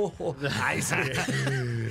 Oh, Ahí está.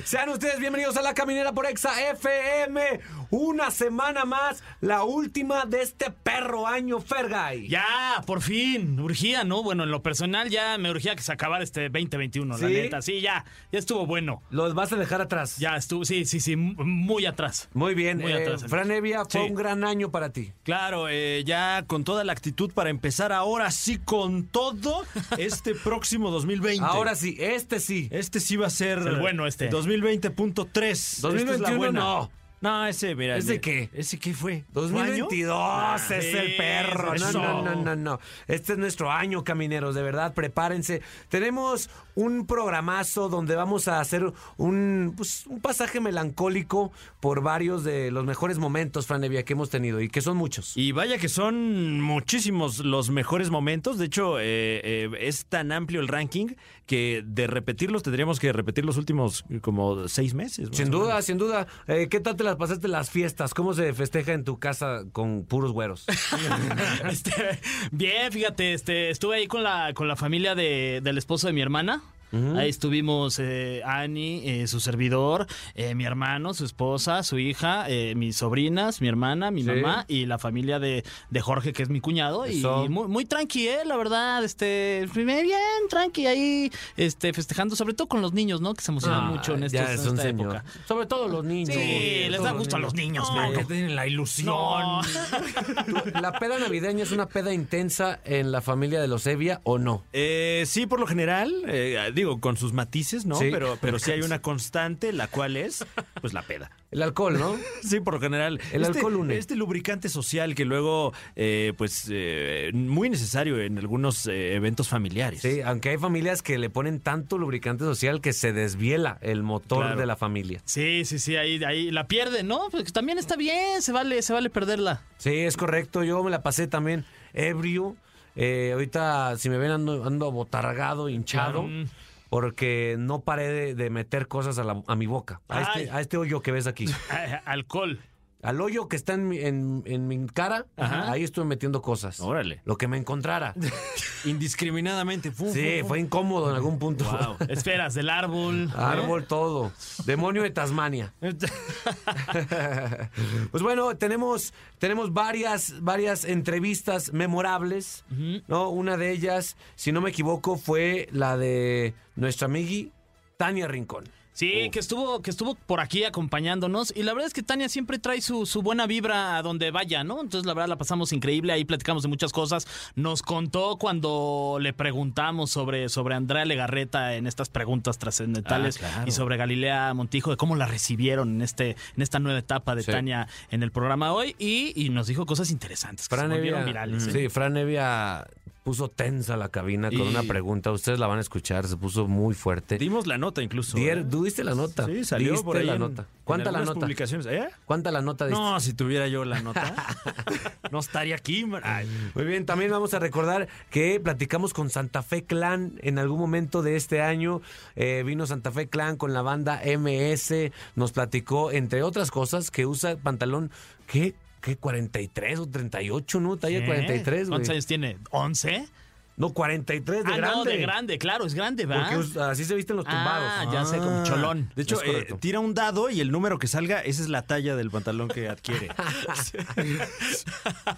Sean ustedes bienvenidos a La Caminera por Exa FM. Una semana más, la última de este perro año, Fergay. Ya, por fin, urgía, ¿no? Bueno, en lo personal ya me urgía que se acabara este 2021, la ¿Sí? neta. Sí, ya, ya estuvo bueno. Los vas a dejar atrás. Ya estuvo, sí, sí, sí, m- muy atrás. Muy bien. Muy eh, atrás, Andrés. Fran Evia, fue Sí. un gran año para ti. Claro, eh, ya con toda la actitud para empezar ahora sí con todo este próximo 2020. Ahora sí, este sí. Este sí va a ser... el bueno este. 2020.3. Esta es la 2021 buena. no. No, ese, mira. ¿Ese mira, qué? ¿Ese qué fue? ¿Tu año? 2022 es Ah, sí, el perro. No, eso. no, no, no, no. Este es nuestro año, camineros, de verdad, prepárense. Tenemos un programazo donde vamos a hacer un, pues, un pasaje melancólico por varios de los mejores momentos, Fran Evia, que hemos tenido y que son muchos. Y vaya que son muchísimos los mejores momentos. De hecho, eh, eh, es tan amplio el ranking que eh, de repetirlos tendríamos que repetir los últimos eh, como seis meses. más sin o menos. duda, sin duda. Eh, ¿Qué tal te las pasaste las fiestas? ¿Cómo se festeja en tu casa con puros güeros? Este, bien, fíjate, este, estuve ahí con la, con la familia de- del esposo de mi hermana. Ahí estuvimos eh, Ani, eh, su servidor, eh, mi hermano, su esposa, su hija, eh, mis sobrinas, mi hermana, mi Sí. mamá y la familia de, de Jorge, que es mi cuñado. Y Eso. muy, muy tranqui, eh, la verdad, este, bien tranqui ahí este, festejando, sobre todo con los niños, ¿no? Que se emocionan Ah, mucho en, estos, ya es en un esta señor. época. Sobre todo los niños. Sí, les da gusto a los niños, No, mano. que tienen la ilusión. No. ¿La peda navideña es una peda intensa en la familia de los Evia o no? Eh, sí, por lo general, eh, digo, con sus matices, ¿no? Sí. Pero, pero sí hay una constante, la cual es, pues, la peda. El alcohol, ¿no? Sí, por lo general. El Este- alcohol une. Este lubricante social que luego, eh, pues, eh, muy necesario en algunos eh, eventos familiares. Sí, aunque hay familias que le ponen tanto lubricante social que se desviela el motor Claro. de la familia. Sí, sí, sí, ahí, ahí la pierde, ¿no? Pues también está bien, se vale, se vale perderla. Sí, es correcto. Yo me la pasé también ebrio. Eh, ahorita, si me ven, ando, ando botargado, hinchado. Claro. Mm. Porque no paré de, de meter cosas a, la- a mi boca, a Ay. este, a este hoyo que ves aquí. Ah, Alcohol. Al hoyo que está en mi, en- en mi cara, Ajá. ahí estuve metiendo cosas. Órale. Lo que me encontrara. Indiscriminadamente. Fum, Sí, fum, fum. fue incómodo en algún punto. Wow. Esferas del árbol. ¿eh? Árbol todo. Demonio de Tasmania. pues bueno, tenemos, tenemos varias, varias entrevistas memorables. ¿no? Una de ellas, si no me equivoco, fue la de nuestra amigui Tania Rincón. Sí, que estuvo, que estuvo por aquí acompañándonos. Y la verdad es que Tania siempre trae su, su buena vibra a donde vaya, ¿no? Entonces, la verdad, la pasamos increíble. Ahí platicamos de muchas cosas. Nos contó cuando le preguntamos sobre, sobre Andrea Legarreta en estas preguntas trascendentales Ah, claro. y sobre Galilea Montijo, de cómo la recibieron en, este, en esta nueva etapa de Sí. Tania en el programa hoy. Y, y nos dijo cosas interesantes que Fran se volvieron Evia- virales. ¿eh? Sí, Fran Evia puso tensa la cabina con Y- una pregunta. Ustedes la van a escuchar, se puso muy fuerte. Dimos la nota incluso. Dier- ¿eh? ¿Tú diste la nota? Sí, salió Diste por ahí la en- nota. en ¿Cuánta la algunas nota? publicaciones. ¿Eh? ¿Cuánta la nota diste? No, si tuviera yo la nota, no estaría aquí. man. Ay. Muy bien, también vamos a recordar que platicamos con Santa Fe Clan en algún momento de este año. Eh, vino Santa Fe Clan con la banda MS, nos platicó, entre otras cosas, que usa pantalón, ¿qué? ¿Qué? 43 o 38, ¿no? Talla ¿Eh? 43, güey. ¿Cuántos años tiene? ¿11? No, 43 de ah, grande. no, de grande, claro, es grande, ¿verdad? Porque us- así se visten los tumbados. Ah, ya sé, como cholón. De hecho, Es correcto. eh, tira un dado y el número que salga, esa es la talla del pantalón que adquiere. Ah,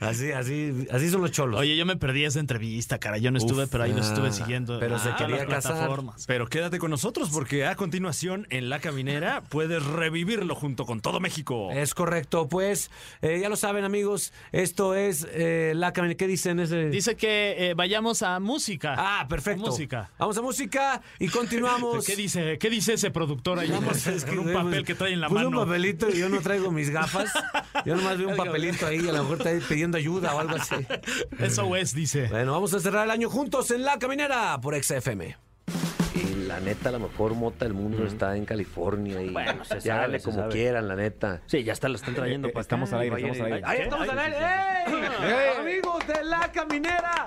Así, así, así son los cholos. Oye, yo me perdí esa entrevista, cara. Yo no estuve, pero ahí los estuve ah, siguiendo. pero se en quería las casar. plataformas. Pero quédate con nosotros porque a continuación en La Caminera puedes revivirlo junto con todo México. Es correcto, pues eh, ya lo saben amigos, esto es eh, la camin- ¿Qué dicen? Ese? Dice que eh, vayamos a música. Ah, perfecto. A música. Vamos a música y continuamos. ¿Qué dice, ¿Qué dice ese productor ahí? Es que, con un güey, papel pues, que trae en la puse mano. un papelito y yo no traigo mis gafas. Yo nomás veo un papelito ahí, a lo mejor está ahí pidiendo ayuda o algo así. Eso es, dice. Bueno, vamos a cerrar el año juntos en La Caminera por XFM. Y la neta, la mejor mota del mundo está en California. Y Bueno, se ya sabe, háganle se como sabe. quieran, la neta. Sí, ya está, lo están trayendo para Estamos al aire, estamos al aire. Ahí estamos al aire. ¡Ey! Amigos de La Caminera.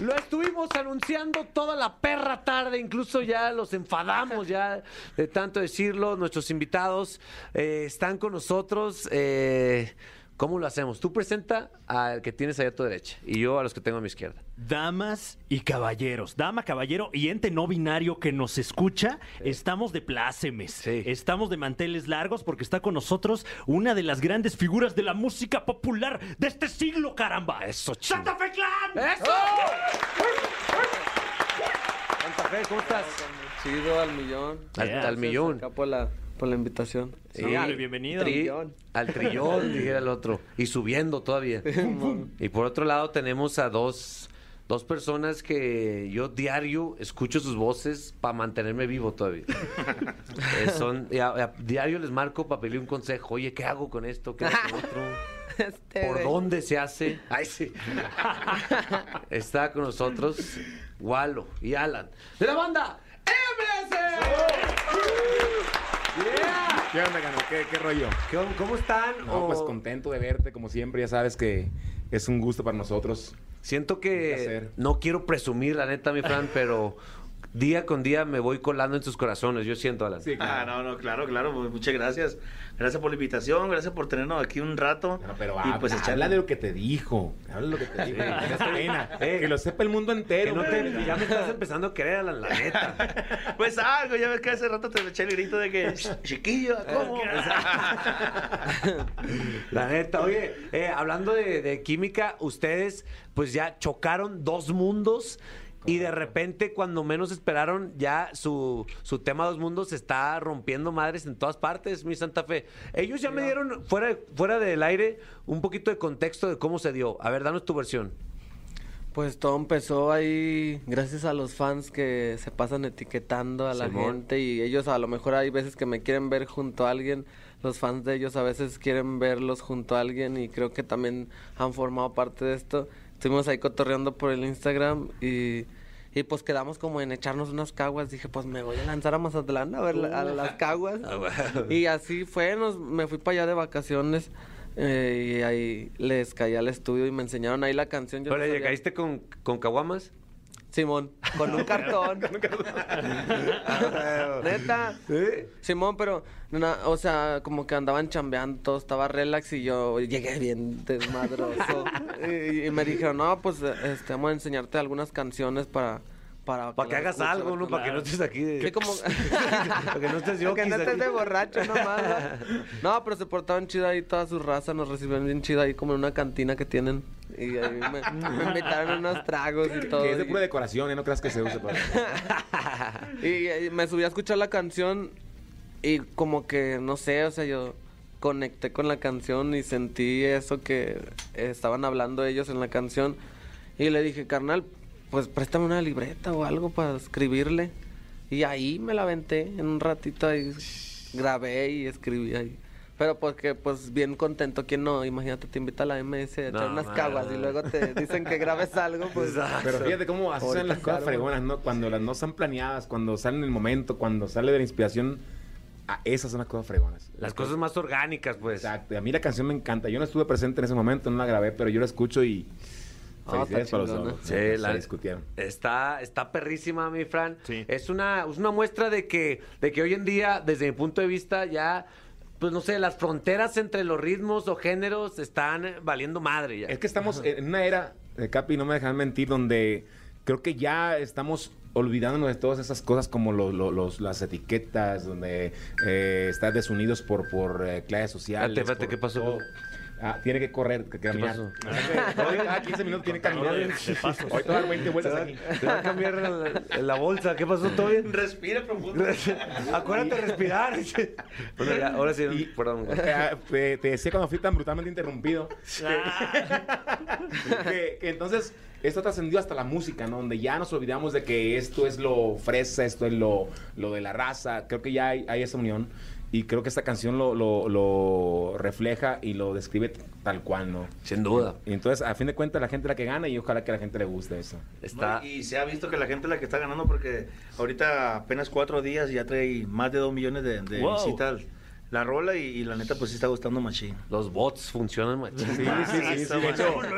Lo estuvimos anunciando toda la perra tarde, incluso ya los enfadamos ya de tanto decirlo. Nuestros invitados eh, están con nosotros. eh, ¿Cómo lo hacemos? Tú presenta al que tienes allá a tu derecha y yo a los que tengo a mi izquierda. Damas y caballeros, dama, caballero y ente no binario que nos escucha, estamos de plácemes, Sí. estamos de manteles largos porque está con nosotros una de las grandes figuras de la música popular de este siglo, caramba. Eso, chido. ¡Santa Fe Clan! ¡Eso! Santa Fe, ¿cómo estás? Chido al millón. Al- Yeah. al millón. Acá por la, por la invitación. Sí, Hombre, al bienvenido. tri- Millón. al trillón, dijera el otro. Y subiendo todavía. y por otro lado tenemos a dos, dos personas que yo diario escucho sus voces para mantenerme vivo todavía. Eh, son, y a- a- diario les marco para pedir un consejo. Oye, ¿qué hago con esto? ¿Qué hago con otro? Este, ¿Por güey. dónde se hace? Ay, sí. Está con nosotros Walo y Alan. De la banda MS. ¿Qué onda, Gano? ¿Qué, qué rollo? ¿Qué on- ¿Cómo están? No, O- pues contento de verte, como siempre, ya sabes que es un gusto para nosotros. Siento Un que placer. no quiero presumir, la neta, mi Fran, pero día con día me voy colando en sus corazones. Yo siento, Alan. Sí, Ah, no, no, claro, claro, pues, muchas gracias. Gracias por la invitación, gracias por tenernos aquí un rato. No, pero y habla, pues habla echarla de lo que te dijo. Habla de lo que te dijo. que tengas pena. Eh. que lo sepa el mundo Que entero. no hombre. te- ya me estás empezando a querer, Alan, la neta. Pues algo, ya ves que hace rato te eché el grito de que "Ch- chiquillo, ¿cómo? La neta. Oye, eh, hablando de, de química, ustedes pues ya chocaron dos mundos. Y de repente, cuando menos esperaron, ya su, su tema Dos Mundos se está rompiendo madres en todas partes, mi Santa Fe. Ellos ya me dieron, fuera, fuera del aire, un poquito de contexto de cómo se dio. A ver, danos tu versión. Pues todo empezó ahí gracias a los fans que se pasan etiquetando a la Simón. gente y ellos a lo mejor hay veces que me quieren ver junto a alguien, los fans de ellos a veces quieren verlos junto a alguien y creo que también han formado parte de esto. Estuvimos ahí cotorreando por el Instagram y, y pues quedamos como en echarnos unas caguas. Dije, pues me voy a lanzar a Mazatlán a ver la- a las caguas. Y así fue, nos, me fui para allá de vacaciones. eh, y ahí les caí al estudio y me enseñaron ahí la canción. Yo no Pero sabía- llegaste con, con caguamas. Simón, con un cartón. Neta. Simón, pero, na- o sea, como que andaban chambeando, todo estaba relax y yo llegué bien desmadroso. y, y me dijeron, no, pues, este, vamos a enseñarte algunas canciones para... Para, Para que las hagas escuches, algo, ¿no? Para que no estés aquí. de- Sí, como... Para que no estés Para que yoquis no estés aquí. de borracho nomás. ¿no? No, pero se portaban chido ahí toda su raza, nos recibieron bien chido ahí como en una cantina que tienen. Y ahí me, me invitaron unos tragos y todo. Que es de y- pura decoración, ¿eh? No creas que se use para... y, y me subí a escuchar la canción y como que, no sé, o sea, yo conecté con la canción y sentí eso que estaban hablando ellos en la canción. Y le dije, carnal, pues préstame una libreta o algo para escribirle. Y ahí me la aventé, en un ratito ahí grabé y escribí ahí. Pero porque, pues, bien contento, ¿quién no? Imagínate, te invita a la MS a echar No, unas man. caguas y luego te dicen que grabes algo, pues... Pero fíjate cómo así Ahorita son las cosas claro, fregonas, ¿no? Cuando las no son planeadas, cuando salen en el momento, cuando sale de la inspiración. ah, esas son las cosas fregonas. Las cosas más orgánicas, pues. Exacto. y A mí la canción me encanta. Yo no estuve presente en ese momento, no la grabé, pero yo la escucho y... Ah, Felicidades está para los chingona. dos. Sí, Se la- discutieron. Está, está perrísima, mi Fran. Sí. Es una, es una muestra de que, de que hoy en día, desde mi punto de vista, ya, pues no sé, las fronteras entre los ritmos o géneros están eh, valiendo madre ya. Es que estamos en una era, eh, Capi, no me dejan mentir, donde creo que ya estamos olvidándonos de todas esas cosas como lo- lo- los- las etiquetas, donde eh, está desunidos por, por eh, clases sociales. Espérate, espérate, por ¿qué pasó? todo. Ah, tiene que correr, que caminar. Ah, pasó? Hoy cada 15 minutos tiene que caminar. Hoy te dan 20 vueltas aquí. Te va a cambiar la, la bolsa. ¿Qué pasó, todo bien? Respira profundo. Acuérdate de respirar. Bueno, ya, ahora sí, Y- perdón. güey. Eh, te, te decía cuando fui tan brutalmente interrumpido. Ah. que- que, que entonces, esto trascendió hasta la música, ¿no? Donde ya nos olvidamos de que esto es lo fresa, esto es lo, lo de la raza. Creo que ya hay, hay esa unión. Y creo que esta canción lo, lo- lo refleja y lo describe tal cual, ¿no? Sin duda. Y entonces, a fin de cuentas, la gente es la que gana y ojalá que a la gente le guste eso. Está. No, Y se ha visto que la gente es la que está ganando porque ahorita apenas cuatro días y ya trae más de dos millones de, de Wow. visitas la rola y, y la neta pues sí está gustando machín. Los bots funcionan machín. Sí, sí, sí, sí, Eso, de hecho, bueno.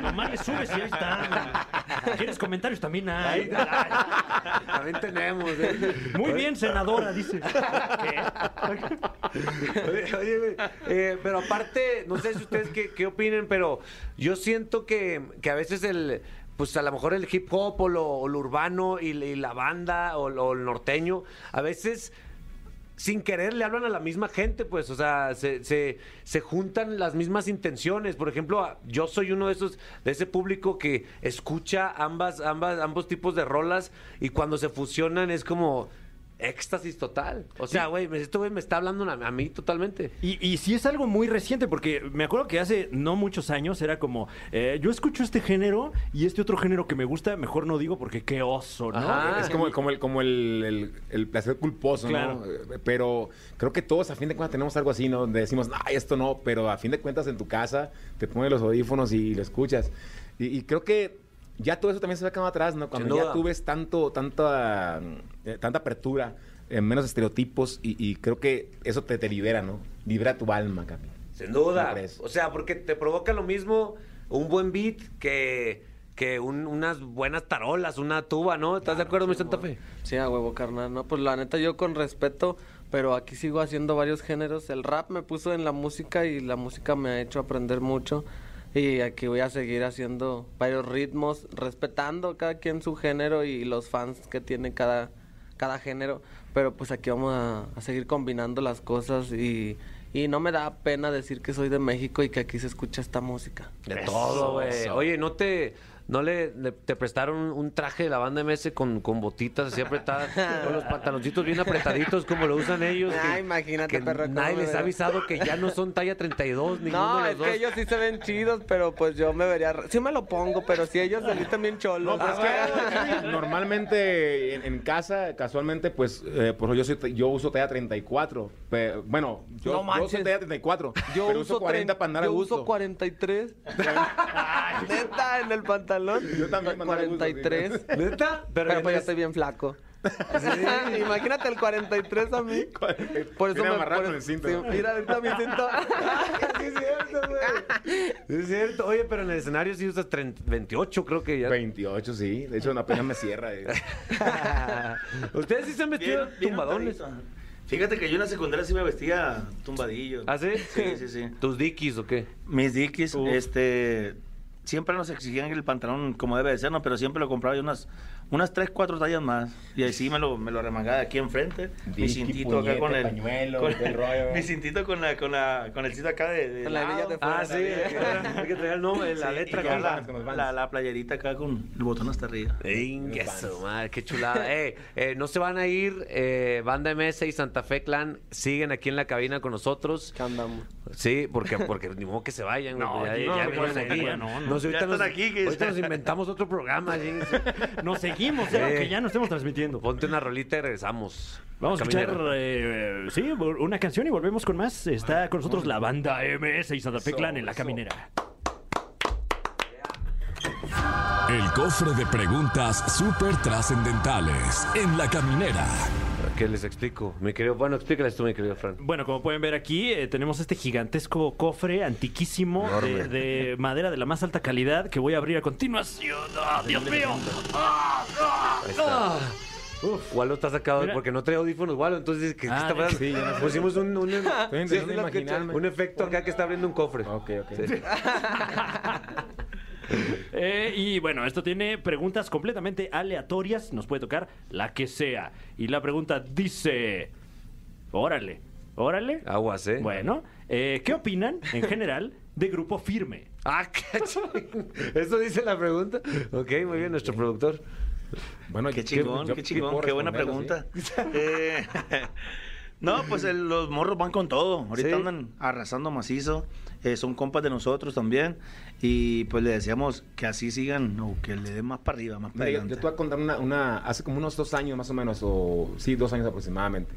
Nomás le subes y ahí está. güey. ¿Quieres comentarios? También hay. También tenemos. ¿eh? Muy bien, senadora, dice. Eh, Oye, oye, güey, eh, pero aparte, no sé si ustedes qué, qué opinen, pero yo siento que, que a veces el, pues a lo mejor el hip hop o lo, o lo urbano y, la- y la banda o, lo- el norteño, a veces sin querer le hablan a la misma gente, pues, o sea, se, se, se juntan las mismas intenciones. Por ejemplo, a- yo soy uno de esos, de ese público que escucha ambas, ambas, ambos tipos de rolas y cuando se fusionan es como éxtasis total. O sea, güey, me- esto güey me está hablando a, a mí totalmente. Y, y sí es algo muy reciente, porque me acuerdo que hace no muchos años era como, eh, yo escucho este género y este otro género que me gusta, mejor no digo porque qué oso, ¿no? Ajá. Es como, como el, como el, el- el placer culposo, Claro. ¿no? Eh, Pero creo que todos a fin de cuentas tenemos algo así, ¿no? Donde decimos, ay, esto no, pero a fin de cuentas en tu casa te pones los audífonos y lo escuchas. Y, y creo que ya todo eso también se va quedando atrás, ¿no? Cuando Sin ya duda. tú ves tanto, tanta, eh, tanta apertura, eh, menos estereotipos, y, y creo que eso te, te libera, ¿no? Libera tu alma, Capi. Sin duda. ¿No crees? O sea, porque te provoca lo mismo un buen beat que, que un- unas buenas tarolas, una tuba, ¿no? ¿Estás de acuerdo, mi Santa Fe? Sí, a huevo, carnal. No, pues la neta, yo con respeto, pero aquí sigo haciendo varios géneros. El rap me puso en la música y la música me ha hecho aprender mucho. Y aquí voy a seguir haciendo varios ritmos, respetando cada quien su género y los fans que tiene cada, cada género. Pero pues aquí vamos a, a seguir combinando las cosas y, y no me da pena decir que soy de México y que aquí se escucha esta música. De todo, güey. Oye, ¿no te no le, le- te prestaron un, un traje de la banda MS con, con botitas así apretadas, con los pantaloncitos bien apretaditos como lo usan ellos? Ah, imagínate, que perro, cómo Nadie me les ha veo. avisado que ya no son talla 32, ninguno No, de es los dos. que ellos sí se ven chidos, pero pues yo me vería. re- Sí me lo pongo, pero si ellos se visten bien cholos. Ah, No, pues es que normalmente en, en casa, casualmente, pues, eh, por ejemplo, yo, soy, yo uso talla 34. pe- bueno, yo, No yo manches. soy talla 34. Yo pero uso 40 trein- para andar a yo gusto. uso 43. Ay, Neta, en el pantalón. Yo también para andar a gusto, sí. 43. ¿Neta? este Pero, ya pues yo tienes- estoy bien flaco. Imagínate el 43 a mí. Por eso Viene me amarrado por- con el cinto. sí, mira, ahorita mi cinto. Sí, es cierto, güey. Es cierto. Oye, pero en el escenario sí usas 30 28, creo que ya. 28, sí. De hecho, apenas me cierra. eh. Ustedes sí se han vestido Bien- bien tumbadones. untadito. Fíjate que yo en la secundaria sí me vestía tumbadillo. ¿Ah, sí? Sí, sí, sí. ¿Tus dickies o qué? Mis dickies, este... Siempre nos exigían el pantalón como debe de ser, ¿no? Pero siempre lo compraba yo unas, unas tres, cuatro tallas más. Y así me lo, me lo remangaba de aquí enfrente. mi Dicky, cintito acá puñete, con el... pañuelo, con- todo el rollo. mi cintito con, la, con, la, con el cinto acá de... de Con la lado. hebilla de fuera. Ah, sí. Hay que traer el nombre, la Sí, letra. y ya con la, con los Vans. la- la playerita acá con el botón hasta arriba. Venga, Los su madre, qué chulada. Eh, eh, no se van a ir, eh, Banda MS y Santa Fe Clan siguen aquí en la cabina con nosotros. ¿Qué andamos? Sí, porque, porque ni modo que se vayan. güey, No, ya, no, ya no, vienen no, aquí. no, no, no. Nos- Ya ahorita están nos, aquí, que- ahorita nos inventamos otro programa. sí. Nos seguimos, eh, Sí. aunque ya no estemos transmitiendo. Ponte una rolita y regresamos. Vamos a escuchar Caminera. eh, eh, sí, una canción y volvemos con más. Está con nosotros la banda MS y Santa Fe Clan en La Caminera. El cofre de preguntas súper trascendentales en la caminera. ¿Qué les explico? Mi querido, bueno, explícales tú, mi querido Fran. Bueno, como pueden ver aquí, eh, tenemos este gigantesco cofre antiquísimo de, de madera de la más alta calidad que voy a abrir a continuación. ¡Ah, ¡Dios mío! ¡Ah! ¡Ah! ¡Ah! Walo está sacado Mira. porque no trae audífonos, Walo. Entonces, ¿qué, qué Ah, está pasando? sí, ya no sé. Pusimos un, un, Estoy sí, intentando sí, lo que- imaginarme. un efecto acá que está abriendo un cofre. Ok, ok. Sí. Eh, y bueno, esto tiene preguntas completamente aleatorias. Nos puede tocar la que sea. Y la pregunta dice: Órale, órale. Aguas, ¿eh? Bueno, eh, ¿qué opinan en general de Grupo Firme? Ah, qué ching- ¿Eso dice la pregunta? Ok, muy bien, nuestro productor. Bueno, Qué yo- chingón, yo- qué yo chingón, puedo qué buena responderlo, pregunta. Eh, no, pues el- los morros van con todo. Ahorita Sí. andan arrasando macizo. Eh, son compas de nosotros también. Y pues le decíamos que así sigan o que le den más para arriba, más para Mira, yo, adelante. yo te voy a contar una, una- hace como unos dos años más o menos, o sí, dos años aproximadamente.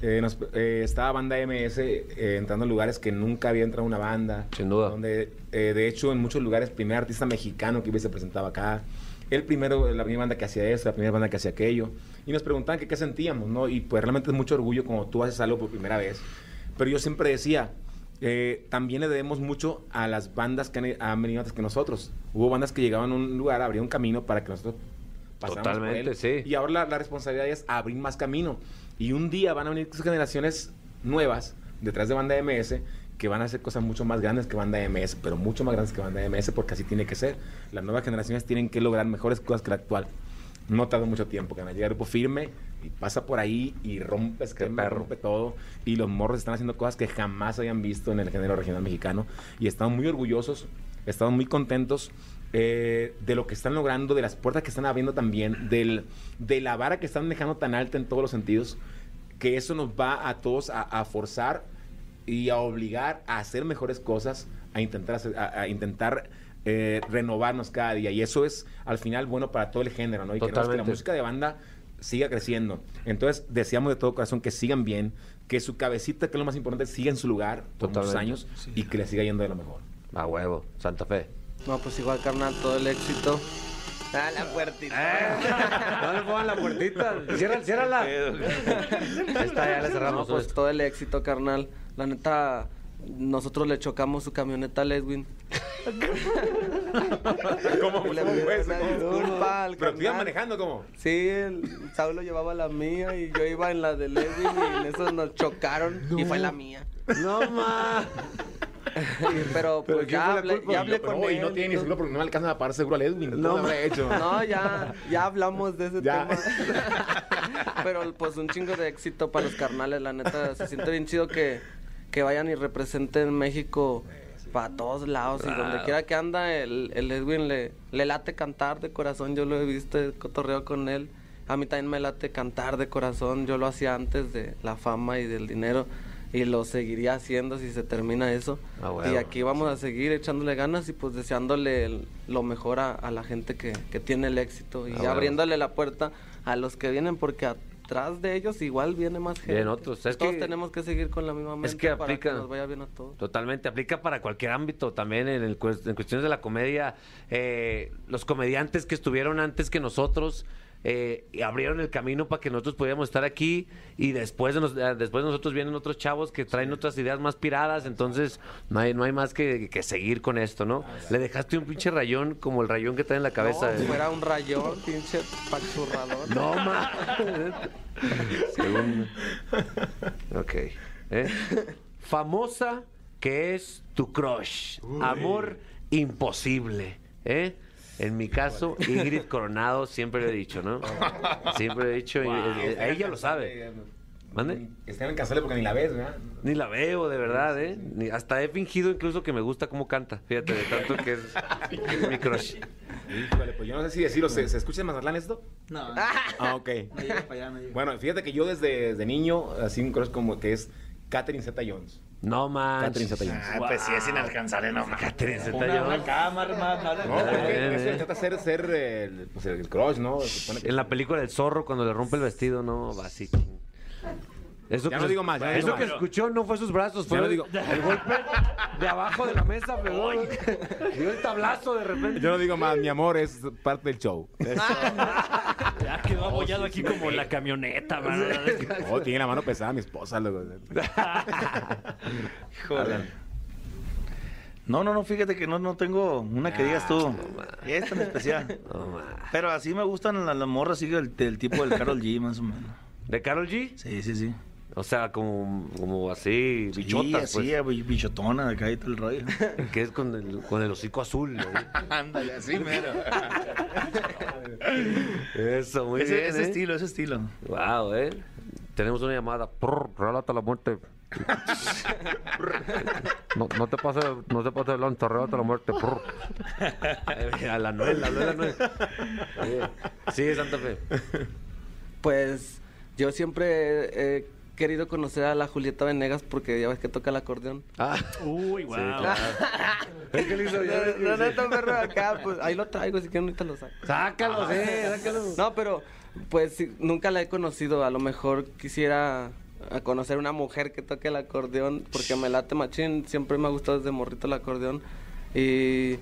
Eh, nos- eh, estaba banda MS eh, entrando a lugares que nunca había entrado una banda. Sin duda. Donde, eh, de hecho, en muchos lugares, primer artista mexicano que se presentaba acá. el primero, la primera banda que hacía esto, la primera banda que hacía aquello. Y nos preguntaban que qué sentíamos, ¿no? Y pues realmente es mucho orgullo cuando tú haces algo por primera vez. Pero yo siempre decía, eh, también le debemos mucho a las bandas que han, han venido antes que nosotros. Hubo bandas que llegaban a un lugar, abrían un camino para que nosotros pasáramos por Totalmente, él. sí. Y ahora la, la responsabilidad es abrir más camino. Y un día van a venir generaciones nuevas detrás de banda MS que van a hacer cosas mucho más grandes que banda MS, pero mucho más grandes que banda MS porque así tiene que ser. Las nuevas generaciones tienen que lograr mejores cosas que la actual. No tarda mucho tiempo, que llega el grupo firme y pasa por ahí y rompe esquema, perro. rompe todo. Y los morros están haciendo cosas que jamás habían visto en el género regional mexicano y están muy orgullosos, están muy contentos eh, de lo que están logrando, de las puertas que están abriendo también, del, de la vara que están dejando tan alta en todos los sentidos, que eso nos va a todos a, a forzar y a obligar a hacer mejores cosas, a intentar, hacer- a, a intentar eh, renovarnos cada día. Y eso es al final bueno para todo el género, ¿no? Y queremos que la Totalmente. música de banda siga creciendo. Entonces, deseamos de todo corazón que sigan bien, que su cabecita, que es lo más importante, siga en su lugar por muchos Totalmente. años y que le siga yendo de lo mejor. A huevo, Santa Fe. No, pues igual, carnal, todo el éxito. Ah, la puertita. Ah. No le pongan la puertita. Cierra, ciérrala. Esta ya la No, cerramos. pues todo el éxito, carnal. La neta, nosotros le chocamos su camioneta a Ledwin. ¿Cómo? Le ¿Cómo fue pidió eso? una ¿Cómo? disculpa al Pero tú ibas carnal. manejando como. Sí, el Saulo llevaba la mía y yo iba en la de Ledwin y en eso nos chocaron y fue la mía. No más. Pero pues ya hablé, ya hablé con no, él. y no tiene ni todo. seguro porque no alcanza a pagar seguro al Edwin. No, No, lo habrá hecho. No, ya, ya hablamos de ese Ya. tema. Pero pues un chingo de éxito para los carnales, la neta. Se siente bien chido que, que vayan y representen México para todos lados. Y Ah. donde quiera que anda, el, el Edwin le, le late cantar de corazón. Yo lo he visto, he cotorreo con él. A mí también me late cantar de corazón. Yo lo hacía antes de la fama y del dinero. Y lo seguiría haciendo si se termina eso. Ah, Y huevo. aquí y vamos a seguir echándole ganas y pues deseándole el- lo mejor a, a la gente que, que tiene el éxito y bueno. abriéndole la puerta a los que vienen porque atrás de ellos igual viene más gente. Vienen otros. Es todos que- tenemos que seguir con la misma mente es que para aplica- que nos vaya bien a todos. Totalmente, aplica para cualquier ámbito también en, el cues- en cuestiones de la comedia. eh, los comediantes que estuvieron antes que nosotros eh, y abrieron el camino para que nosotros pudiéramos estar aquí y después de, nos- eh, después de nosotros vienen otros chavos que traen otras ideas más piradas, entonces no hay, no hay más que, que seguir con esto, ¿no? Le dejaste un pinche rayón como el rayón que trae en la cabeza. No, eh. si fuera un rayón, pinche pachurrador. No más. Según. Ok. ¿eh? Famosa que es tu crush. Amor imposible. ¿eh? En mi caso, Ingrid Coronado siempre lo he dicho, ¿no? Siempre lo he dicho. y- eh, eh, ella lo sabe. ¿Mande? Están en cansarle porque ni la ves, ¿verdad? Ni la veo, de verdad, ¿eh? Ni- hasta he fingido incluso que me gusta cómo canta. Fíjate, de tanto que es, es mi crush. Híjole, pues yo no sé si decirlo. ¿Se, se escucha en Mazatlán esto? No, Ah, ok. no llega para allá, no llega. Bueno, fíjate que yo desde, desde niño, así un crush como que es Catherine Zeta Jones. No Catherine manches. Zeta Jones. pues sí, es inalcanzable, no más. Catherine Una, Zeta-Jones. una cámara, más, más. No, porque bien, eso eh. trata de ser, ser el, pues, el crush, ¿no? Se supone que- En la película del zorro, cuando le rompe el vestido, no, va así. ching. Eso Ya que no se- digo más, ya no pues, eso digo que más. escuchó no fue sus brazos, fue no el- digo. el golpe de abajo de la mesa, pegó. Dio el tablazo de repente. Yo no digo más, mi amor es parte del show. Ya quedó abollado aquí como la camioneta, ¿verdad? Oh, tiene la mano pesada mi esposa. Luego. No, no, no, fíjate que no, no tengo una que digas tú. es tan especial. No, ma. Pero así me gustan las, las morras, así del, del tipo del Carol G, más o menos. ¿De Carol G? Sí, sí, sí. O sea, como, como así, Sí, bichotas, así, eh, bi- bichotona, acá y todo el rollo. pues. Que es con el, con el hocico azul, ¿no? Ándale, así mero. Eso, muy ese, bien. ese ¿eh? estilo, ese estilo. Wow, ¿eh? Tenemos una llamada. Prr, relata la muerte. No, no te pases no te pases de lanza, relata la muerte. Prr. Eh, A la Noel, a la Noel. Sí, Santa Fe. Pues yo siempre he querido conocer a la Julieta Venegas porque ya ves que toca el acordeón. Ah, Uy, wow. No, no, no, perro, acá, pues, ahí lo traigo, si quieren ahorita lo saco. sácalos, eh, sácalos. No, pero pues sí, nunca la he conocido. A lo mejor quisiera a conocer una mujer que toque el acordeón, porque me late machín. Siempre me ha gustado desde morrito el acordeón. Y,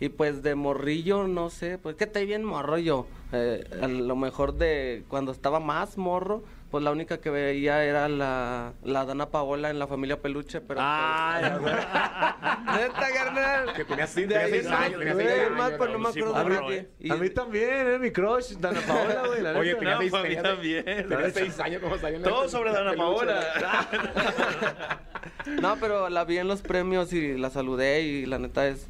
Y pues de morrillo, no sé, pues que estoy bien morro yo. Eh, a lo mejor de cuando estaba más morro, pues la única que veía era la, la Dana Paola en la familia Peluche, pero... pues, Ah, ¡Neta, carnal! Que tenía cinco, De tenía ahí seis en años, más, tenía de seis Eh, ahí en años, más, pues ¿no? no me sí, acuerdo morro. de qué. Y- A mí también, ¿eh? Mi crush, Dana Paola, güey. la Oye, neta. tenía seis, a mí tenía seis- también. tenía seis años cuando salió en la- Todo sobre Dana peluche, Paola. No, pero la vi en los premios y la saludé y la neta es,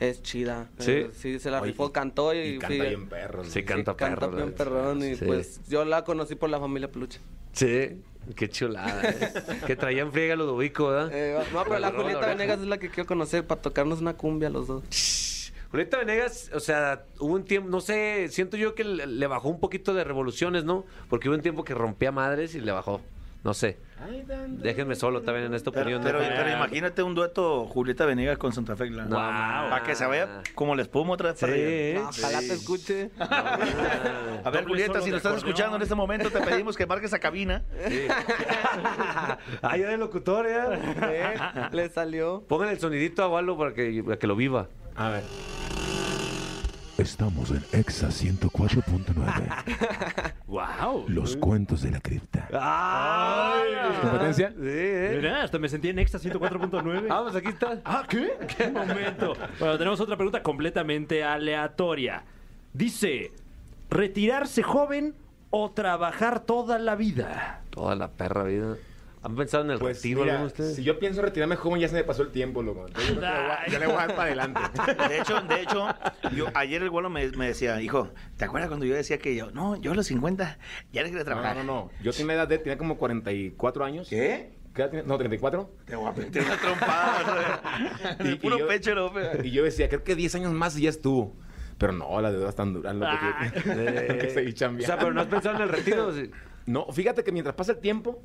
es chida. ¿Sí? Eh, Sí, se la Oye, rifó, cantó y... Y fui- canta bien perro. Sí, ¿no? canta perro. canta bien la perrón y neta. Sí. pues yo la conocí por la familia Peluche. Sí, qué chulada. ¿eh? que traían friega Ludovico, ¿verdad? Eh, no, pero la Perdón, Julieta ahora- Venegas es la que quiero conocer para tocarnos una cumbia los dos. Julieta Venegas, o sea, hubo un tiempo, no sé, siento yo que le le bajó un poquito de revoluciones, ¿no? Porque hubo un tiempo que rompía madres y le bajó. No sé. Déjenme solo también en esta Pero, opinión. pero- ¿no? pero imagínate un dueto Julieta Venegas con Santa Fe Clan. No, Para que se vaya como la espuma otra vez para allá. Sí. Ojalá te escuche. A ver, Doble Julieta, solo si nos de estás acordeón. escuchando en este momento, te pedimos que marques a cabina. sí. Ah, ya de locutor, ya. Eh, Le salió. Pongan el sonidito a Walo para que, para que lo viva. A ver. Estamos en Exa 104.9. wow. Los cuentos de la cripta. ¿Competencia? Sí, ¿eh? Mira, hasta me sentí en Exa 104.9. Ah, pues aquí está. Ah, ¿qué? ¿Qué momento? Bueno, tenemos otra pregunta completamente aleatoria. Dice, ¿retirarse joven o trabajar toda la vida? Toda la perra vida. ¿Han pensado en el Pues retiro mira, alguno de ustedes? si yo pienso retirarme joven, ya se me pasó el tiempo, loco. Entonces, yo, creo que le voy a- yo le voy a dar para adelante. De hecho, de hecho, yo, ayer el guano me, me decía, hijo, ¿te acuerdas cuando yo decía que yo, no, yo a los 50 ya no quiero No, trabajar? no, no, no. Yo tenía la edad de, tenía como 44 años. ¿Qué? ¿Qué edad tenía? No, 34. Te voy a meter una trompada. Y- De y puro yo- pecho, López. Y yo decía, creo que 10 años más y ya estuvo. Pero no, las deudas tan duras, loco, Ah. que, Eh, que seguí o sea, chambeando. pero no has pensado en el retiro. Sí. No, fíjate que mientras pasa el tiempo,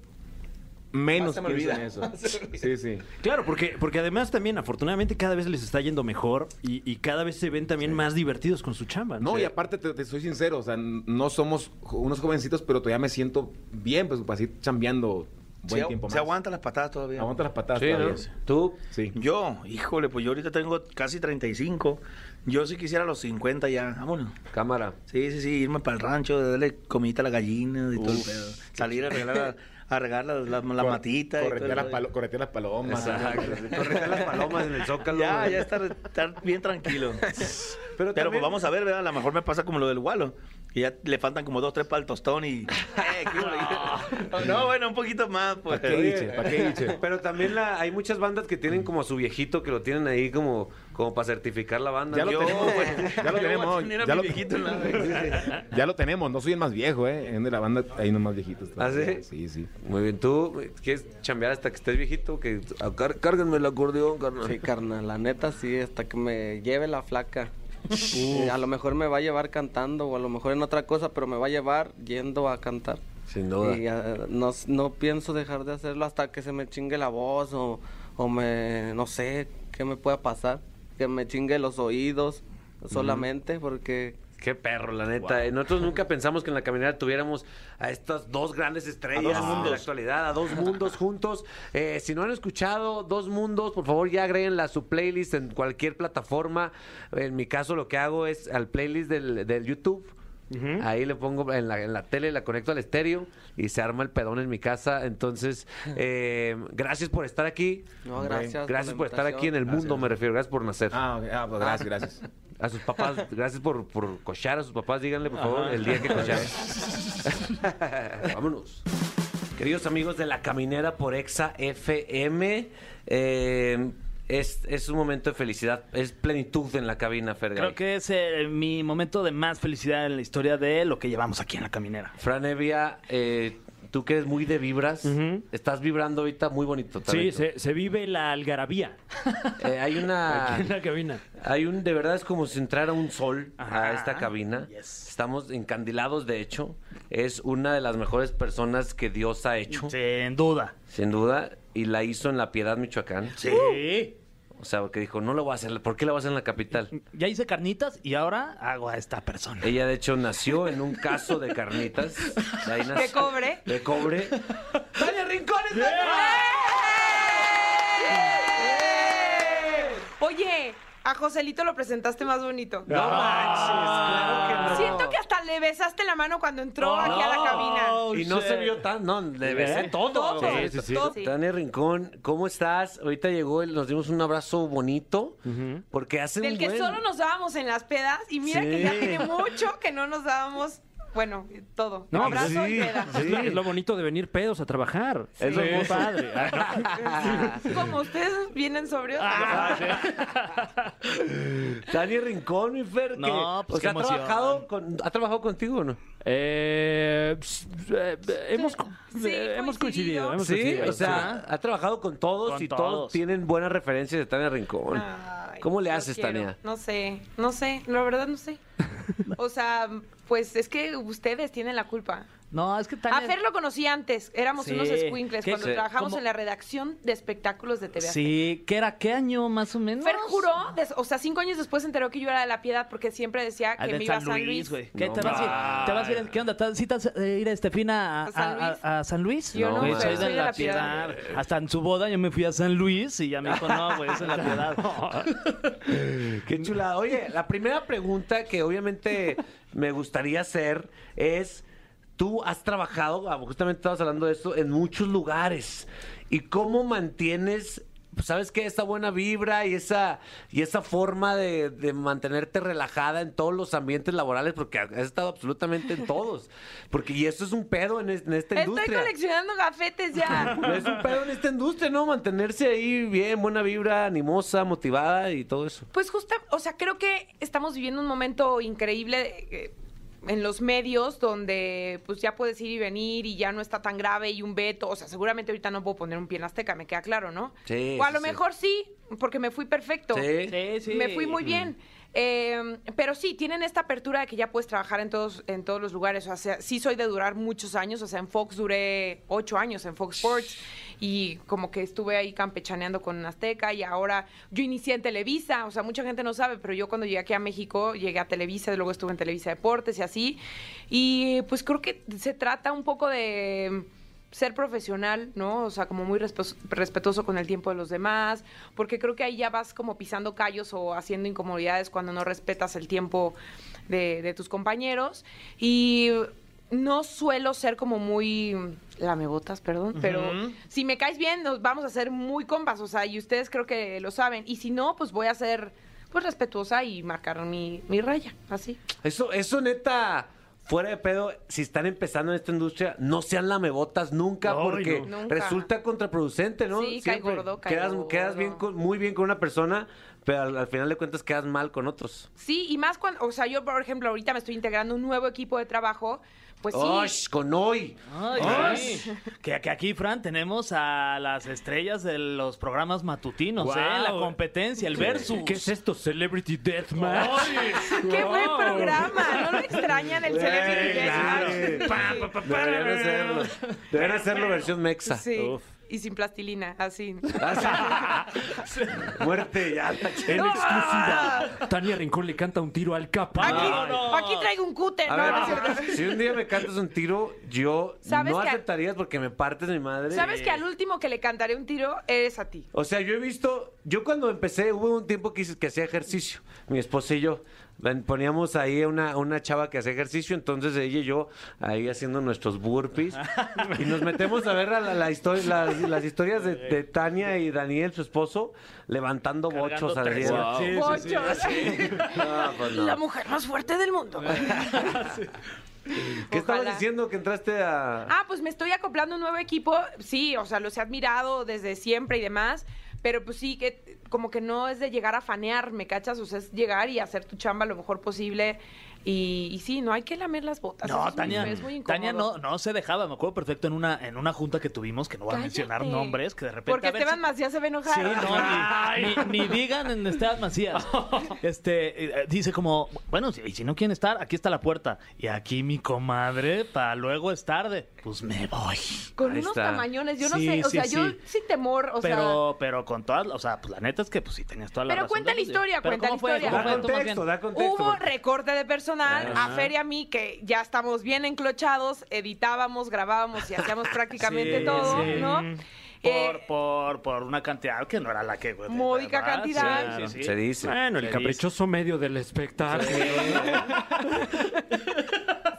menos Más Ah, se me pienso en olvida. eso. Sí, sí. Claro, porque, porque además también, afortunadamente, cada vez les está yendo mejor y, y cada vez se ven también más divertidos con su chamba. No, y aparte te, te soy sincero, o sea, n- no somos jo- unos jovencitos, pero todavía me siento bien, pues, para seguir chambeando buen Se, tiempo más. se aguanta las patadas todavía. Aguanta las patadas Sí, todavía. ¿no? Tú, Sí. Yo, híjole, pues yo ahorita tengo casi 35. Yo sí quisiera los 50 ya. Vámonos. cámara. Sí, sí, sí, irme para el rancho, darle comidita a la gallina y todo el pedo. Salir a regalar, a regar la, la- la Cor- matita. y todo corretear el las, rollo. palo- corretear las palomas. Correcta las palomas en el zócalo. Ya, güey. ya estar, estar bien tranquilo. Pero, Pero, también- pues vamos a ver, ¿verdad? A lo mejor me pasa como lo del Walo. Que ya le faltan como dos, tres para el tostón y... Eh, ¿qué hubo? no, bueno, un poquito más, pues. ¿Para qué diche? ¿Para qué diche? Pero también la, hay muchas bandas que tienen como a su viejito que lo tienen ahí como, como para certificar la banda. Ya lo Yo- tenemos, güey. Ya lo Yo voy a tenemos. tener a Ya mi lo- viejito en la- Ya lo tenemos, no soy el más viejo, ¿eh? En de la banda hay unos más viejitos. ¿Ah, todavía. sí? Sí, sí. Muy bien, ¿tú quieres chambear hasta que estés viejito? Que a- car- cárguenme el acordeón, carnal. Sí, carnal, la neta sí, hasta que me lleve la flaca. Eh, a lo mejor me va a llevar cantando o a lo mejor en otra cosa, pero me va a llevar yendo a cantar. Sin duda. Y eh, no, no pienso dejar de hacerlo hasta que se me chingue la voz o, o me, no sé, qué me pueda pasar. Que me chingue los oídos solamente porque... Qué perro, la neta. eh. Nosotros nunca pensamos que en la caminera tuviéramos a estas dos grandes estrellas de la actualidad, a dos mundos juntos. Eh, si no han escuchado Dos Mundos, por favor ya agréguenla a su playlist en cualquier plataforma. En mi caso lo que hago es al playlist del, del YouTube. Ahí le pongo en la, en la tele, la conecto al estéreo y se arma el pedón en mi casa. Entonces, eh, gracias por estar aquí. No, gracias por Gracias la por estar aquí en el mundo, me refiero. Gracias por nacer. Ah, ok. Ah, pues gracias, gracias. A sus papás, gracias por, por cochar a sus papás, díganle por favor el día que cochar. Vámonos. Queridos amigos de La Caminera por Exa FM, eh, es, es un momento de felicidad, es plenitud en la cabina, Fergay. Creo que es eh, mi momento de más felicidad en la historia de lo que llevamos aquí en la caminera. Fran Evia, eh, tú que eres muy de vibras, estás vibrando ahorita muy bonito. Sí, Tarito. eh, se, se vive la algarabía Eh, hay aquí una... en la cabina. Hay un, de verdad es como si entrara un sol a Ajá. esta cabina. Yes. Estamos encandilados, de hecho. Es una de las mejores personas que Dios ha hecho, Sin duda. sin duda, y la hizo en La Piedad, Michoacán. Sí. O sea, porque dijo, no lo voy a hacer, ¿por qué la voy a hacer en la capital? Ya hice carnitas y ahora hago a esta persona. Ella, de hecho, nació en un caso de carnitas. De ahí nació- De cobre. De cobre. ¡Tania Rincones! Oye, A Joselito lo presentaste más bonito. No manches, claro que no. Siento que hasta le besaste la mano cuando entró aquí a la cabina. Y no se vio tan, no, le besé todo. Todo. Oh, ¿Eh? Sí, sí, sí. Todo. Tania Rincón, ¿cómo estás? Ahorita llegó, el- nos dimos un abrazo bonito, porque hace Del un que buen- solo nos dábamos en las pedas. Y mira que ya Sí. tiene mucho que no nos dábamos, bueno, todo. No, Abrazo pues y peda. Es, lo, es lo bonito de venir pedos a trabajar. Es lo muy padre. Como ustedes vienen sobrios. Tania Rincón, mi Fer, que, No, pues o sea, qué ha emoción. trabajado, con- ¿ha trabajado contigo o no? Eh, ps- eh, hemos, co- Sí, eh, hemos coincidido. coincidido. Pues hemos Sí, coincidido, o sea, ha trabajado con todos Con y todos. todos. tienen buenas referencias de Tania Rincón. Ay, ¿Cómo le yo haces, quiero. Tania? No sé, no sé, la verdad no sé. O sea, pues es que ustedes tienen la culpa. No, es que A Tania... Fer lo conocí antes, éramos Sí. unos squinkles ¿Qué? cuando Sí. trabajamos ¿Cómo? en la redacción de espectáculos de TV. Sí, ¿qué era? ¿Qué año más o menos? Azteca. Fer juró, des- o sea, cinco años después se enteró que yo era de la piedad porque siempre decía Ah, que de me iba San Luis, güey. ¿Qué No te, vas a ir, te vas a ir? ¿Qué onda? ¿Te- ¿Sí te vas a ir a Estefina a, ¿A San Luis? a- a- a San Luis? Yo no, Güey, Fer, soy de la, piedad. Hasta en su boda yo me fui a San Luis y ya me dijo, no, güey, es de la piedad. Qué chulada. Oye, la primera pregunta que obviamente me gustaría hacer es, tú has trabajado, ah, justamente estabas hablando de esto, en muchos lugares. ¿Y cómo mantienes, pues, sabes qué, esa buena vibra y esa, y esa forma de, de mantenerte relajada en todos los ambientes laborales? Porque has estado absolutamente en todos. Porque, y eso es un pedo en, es- en esta Estoy industria. coleccionando gafetes ya. Es un pedo en esta industria, ¿no? Mantenerse ahí bien, buena vibra, animosa, motivada y todo eso. Pues justo, o sea, creo que estamos viviendo un momento increíble eh, en los medios donde pues ya puedes ir y venir y ya no está tan grave y un veto, o sea, seguramente ahorita no puedo poner un pie en Azteca, me queda claro, ¿no? Sí, O a sí, lo sí. mejor sí, porque me fui perfecto. Sí. Sí, sí. Me fui muy bien. Eh, pero sí, tienen esta apertura de que ya puedes trabajar en todos, en todos los lugares. O sea, sí soy de durar muchos años. O sea, en Fox duré ocho años en Fox Sports. Y como que estuve ahí campechaneando con Azteca. Y ahora yo inicié en Televisa. O sea, mucha gente no sabe, pero yo cuando llegué aquí a México, llegué a Televisa, luego estuve en Televisa Deportes y así. Y pues creo que se trata un poco de ser profesional, ¿no? O sea, como muy respe- respetuoso con el tiempo de los demás, porque creo que ahí ya vas como pisando callos o haciendo incomodidades cuando no respetas el tiempo de, de tus compañeros. Y no suelo ser como muy lamebotas, perdón, pero si me caes bien, nos vamos a ser muy compas, o sea, y ustedes creo que lo saben. Y si no, pues voy a ser pues respetuosa y marcar mi, mi raya, así. Eso, eso neta, fuera de pedo, si están empezando en esta industria, no sean lamebotas nunca, Ay, porque no. Nunca. resulta contraproducente, ¿no? Sí, cae gordo, cae quedas, gordo. quedas bien con- muy bien con una persona, pero al, al final de cuentas quedas mal con otros. Sí, y más cuando, o sea, yo por ejemplo ahorita me estoy integrando a un nuevo equipo de trabajo, pues sí. ¡Osh! ¡Con hoy! Ay, sí. que, que aquí, Fran, tenemos a las estrellas de los programas matutinos, Guau. ¿eh? La competencia, el versus. ¿Qué es esto? ¿Celebrity Deathmatch? ¡Qué buen Oh, programa! ¿No lo extrañan el Celebrity claro. Guest? Sí. Deberían hacerlo. Deberían hacerlo versión mexa. Sí. Uf. Y sin plastilina, así. Muerte, ya. la ch- En No. exclusiva, Tania Rincón le canta un tiro al capa. Ah. Aquí, aquí traigo un cúter. A No, no es ver, cierto. si un día me cantas un tiro, yo ¿Sabes no que a- aceptarías porque me partes mi madre. ¿Sabes que al último que le cantaré un tiro eres a ti? O sea, yo he visto, yo cuando empecé, hubo un tiempo que, hice- que hacía ejercicio, mi esposa y yo. Ven, Poníamos ahí una, una chava que hacía ejercicio, entonces ella y yo ahí haciendo nuestros burpees. Y nos metemos a ver a la- la histo- las, las historias de, de Tania y Daniel, su esposo, levantando bochos al día. Bochos. No, pues no. La mujer más fuerte del mundo. ¿Qué estabas Ojalá. diciendo que entraste a.? Ah, pues me estoy acoplando a un nuevo equipo. Sí, o sea, los he admirado desde siempre y demás. Pero pues sí, que como que no es de llegar a fanear, ¿me cachas? O sea, es llegar y hacer tu chamba lo mejor posible. Y, y sí, no hay que lamer las botas. Eso No, es muy- Tania, es muy incómodo. Tania no, no se dejaba, me acuerdo perfecto en una, en una junta que tuvimos, que no voy a Cállate. mencionar nombres, que de repente. Porque a ver si- Esteban Macías se ve enojado. Sí, no, ni, ni- ni digan en Esteban Macías. Este, eh, dice como, bueno, si, y si no quieren estar, aquí está la puerta. Y aquí mi comadre, para luego es tarde. Pues me voy. Con Ahí unos está. tamañones, yo no Sí, sé. O sí, sea, yo sí. sin temor, o sea. pero, pero con todas, o sea, pues la neta es que pues sí tenías toda la Pero razón cuenta del la mundo. historia, Pero cuenta ¿cómo la fue? historia. ¿Cómo Da fue? Ah. Tú más contexto, bien. da contexto. Hubo porque- recorte de personal a Fer y a mí que ya estamos bien enclochados, editábamos, grabábamos y hacíamos prácticamente Sí, todo, sí. ¿no? Eh, Por, por, por una cantidad que no era la que... pues, Módica ¿verdad? cantidad. Claro. Se dice. Bueno, el Se caprichoso medio del espectáculo.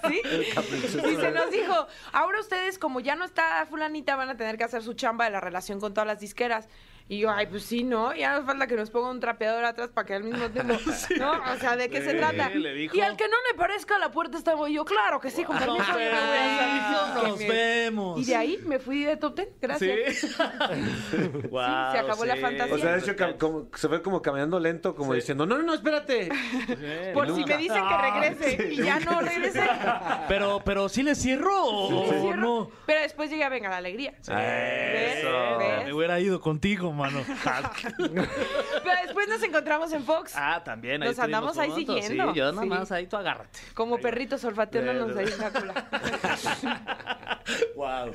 ¿Sí? Y se nos dijo, ahora ustedes, como ya no está fulanita, van a tener que hacer su chamba de la relación con todas las disqueras. Y yo, ay, pues sí, ¿no? Ya nos falta que nos ponga un trapeador atrás para que al mismo tiempo, ¿no? O sea, ¿de qué se trata? le dijo. Y al que no le parezca a la puerta está yo, claro que sí, con permiso. yo me voy a salir". Nos Y me- vemos. Y de ahí me fui de top ten, gracias. Sí, Guau, se acabó la sí. fantasía. O sea, de hecho, cam- como- se ve como caminando lento, como diciendo, no, no, no, espérate. Por si me dicen que regrese y ya no regrese. Pero, pero sí le cierro o me cierro. no. Pero después llegué a Venga la Alegría. ¿Ves? ¿Ves? Eh, Me hubiera ido contigo, mano. Pero después nos encontramos en Fox. Ah, también. Nos andamos estuvimos ahí juntos, siguiendo, Sí, yo nada sí. más, ahí tú agárrate. Como perritos olfateándonos ahí en la cola. Wow,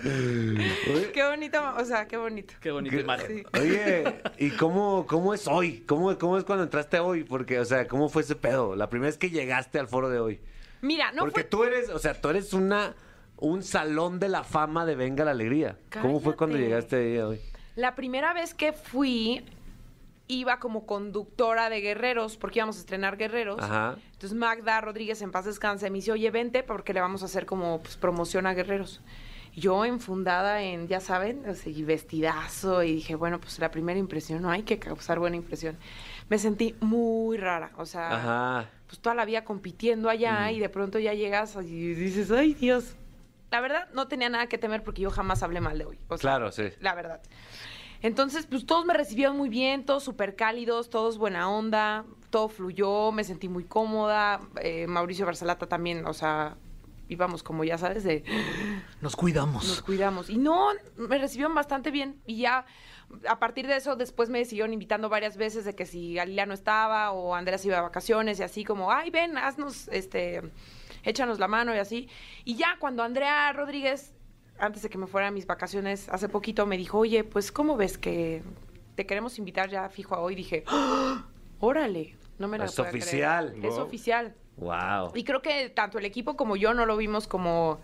qué bonito, o sea, qué bonito. qué bonita imagen. Sí. Oye, ¿y cómo, cómo es hoy? ¿Cómo, ¿Cómo es cuando entraste hoy? Porque, o sea, ¿cómo fue ese pedo? La primera vez que llegaste al foro de hoy. Mira, no Porque fue... tú eres, o sea, tú eres una un salón de la fama de Venga la Alegría. ¿Cómo fue cuando Cállate. llegaste ahí hoy? La primera vez que fui, iba como conductora de Guerreros, porque íbamos a estrenar Guerreros. Ajá. Entonces Magda Rodríguez, en paz descanse, me dice, oye, vente porque le vamos a hacer como pues, promoción a Guerreros. Yo enfundada en, ya saben, o sea, y vestidazo, y dije, bueno, pues la primera impresión, no hay que causar buena impresión. Me sentí muy rara, o sea, Ajá. pues toda la vida compitiendo allá Mm. y de pronto ya llegas y dices, ay Dios. La verdad, no tenía nada que temer porque yo jamás hablé mal de hoy. O sea, Claro, sí. La verdad. Entonces, pues todos me recibieron muy bien, todos súper cálidos, todos buena onda, todo fluyó, me sentí muy cómoda. Eh, Mauricio Barcelata también, o sea, íbamos como ya sabes, de Nos nos cuidamos. cuidamos. Y no, me recibieron bastante bien. Y ya a partir de eso, después me siguieron invitando varias veces de que si Galilea no estaba o Andrés iba de vacaciones y así como, ay, ven, haznos, este, échanos la mano y así. Y ya cuando Andrea Rodríguez, antes de que me fuera a mis vacaciones hace poquito, me dijo, oye, pues, ¿cómo ves que te queremos invitar ya fijo a hoy? Dije, ¡Ah! órale, no me la Es podía creer. oficial. Es Wow. oficial. Wow. Y creo que tanto el equipo como yo no lo vimos como,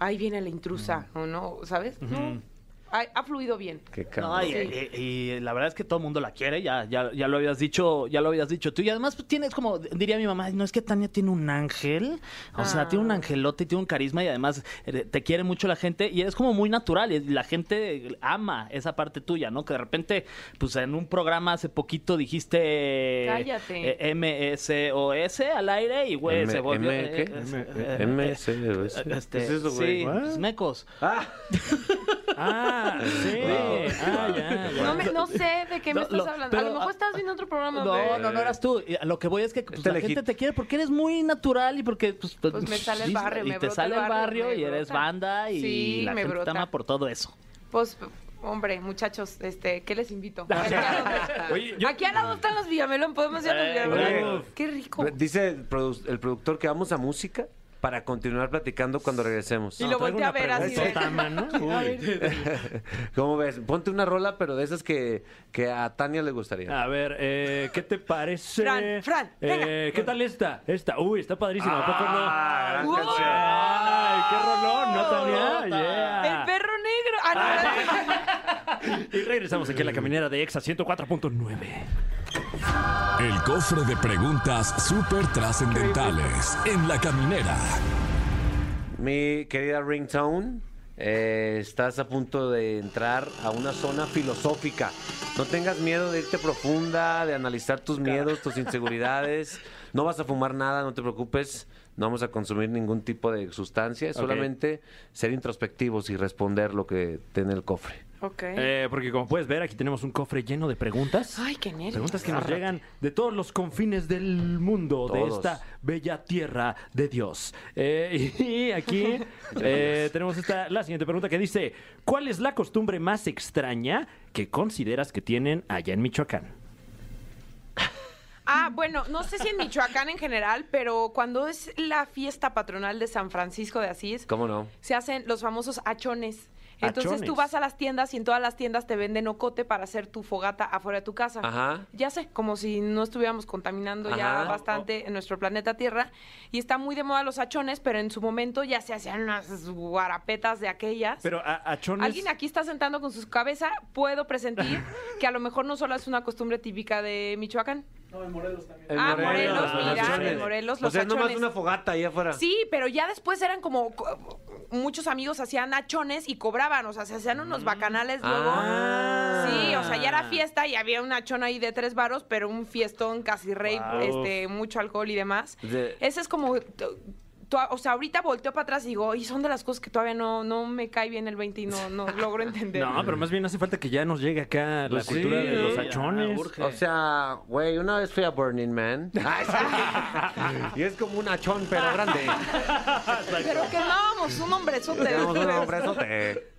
ahí viene la intrusa, ¿o no? ¿Sabes? No. Ha, ha fluido bien. Qué No, cabrón. y, y- y la verdad es que todo el mundo la quiere, ya, ya, ya lo habías dicho, ya lo habías dicho tú. Y además pues, tienes como, diría mi mamá, no es que Tania tiene un ángel, o sea, Ah. tiene un angelote, tiene un carisma y además eh, te quiere mucho la gente y es como muy natural y la gente ama esa parte tuya, ¿no? Que de repente, pues en un programa hace poquito dijiste Cállate. eh, MSOS al aire y güey, M- se volvió... M- E ¿qué? eh, eh, M- E eh, S- S- este, ¿Qué es eso, güey? sí, What? pues, mecos. Ah, ah, sí. Wow. Ah, ya, ya. No, me- no sé de qué me No, estás lo- hablando. a pero- ah, lo mejor estás viendo otro programa. No, hombre. no, no eras tú. Y a Lo que voy es que pues, Este la legit- gente te quiere porque eres muy natural y porque pues, Pues me sale el sí, barrio, y me te brota el sale el barrio, barrio, me y eres brota. banda y Sí, la me gente te brota. ama por todo eso. Pues, hombre, muchachos, este, ¿qué les invito? Aquí, a los- Oye, yo- aquí al lado están los Villamelón, podemos ir a los Eh, Villamelón. bravo. Qué rico. dice el, produ- el productor que vamos a música para continuar platicando cuando regresemos. Y lo volteé a ver así de... ¿Cómo ves? Ponte una rola, pero de esas que, que a Tania le gustaría. A ver, eh, ¿qué te parece? Fran, Fran, venga. Eh, ¿Qué tal esta? Esta, uy, está padrísima. ¿A poco no? Ah, ¡Wow! Ay, qué rolón, ¿no, Tania? El Yeah. perro negro. Ah, no, ¿verdad? Y regresamos aquí a la caminera de Exa 104.9. El cofre de preguntas súper trascendentales en la caminera. Mi querida Ringtone, eh, estás a punto de entrar a una zona filosófica. No tengas miedo de irte profunda, de analizar tus miedos, tus inseguridades. No vas a fumar nada, no te preocupes. No vamos a consumir ningún tipo de sustancia. Es Ok. solamente ser introspectivos y responder lo que tiene el cofre. Ok. Eh, porque como puedes ver, aquí tenemos un cofre lleno de preguntas. Ay, qué nervios. Preguntas que nos llegan de todos los confines del mundo, de Todos. esta bella tierra de Dios. Eh, y aquí eh, tenemos esta, la siguiente pregunta que dice, ¿cuál es la costumbre más extraña que consideras que tienen allá en Michoacán? Ah, bueno, no sé si en Michoacán en general, pero cuando es la fiesta patronal de San Francisco de Asís, ¿Cómo no? se hacen los famosos achones. Entonces Achones. tú vas a las tiendas y en todas las tiendas te venden ocote para hacer tu fogata afuera de tu casa. Ajá. Ya sé, como si no estuviéramos contaminando ya Ajá. bastante en nuestro planeta Tierra. Y está muy de moda los achones, pero en su momento ya se hacían unas guarapetas de aquellas. Pero a, achones. Alguien aquí está sentando con su cabeza, puedo presentir que a lo mejor no solo es una costumbre típica de Michoacán. El Ah, Morelos, los mira, achones. en Morelos, O los sea, es nomás achones. una fogata ahí afuera. Sí, pero ya después eran como co- muchos amigos hacían achones y cobraban, o sea, se hacían Mm. unos bacanales luego. Ah. Sí, o sea, ya era fiesta y había un achón ahí de tres varos, pero un fiestón casi rey, Wow. este, mucho alcohol y demás. De- Ese es como t- t- o sea, ahorita volteo para atrás y digo, y son de las cosas que todavía no, no me cae bien el 20 y no, no logro entender. No, pero más bien hace falta que ya nos llegue acá la Pues sí, cultura de los ¿no? achones. O sea, güey, una vez fui a Burning Man. y es como un achón, pero grande. Pero que no, un hombrezote. Tenemos un hombrezote.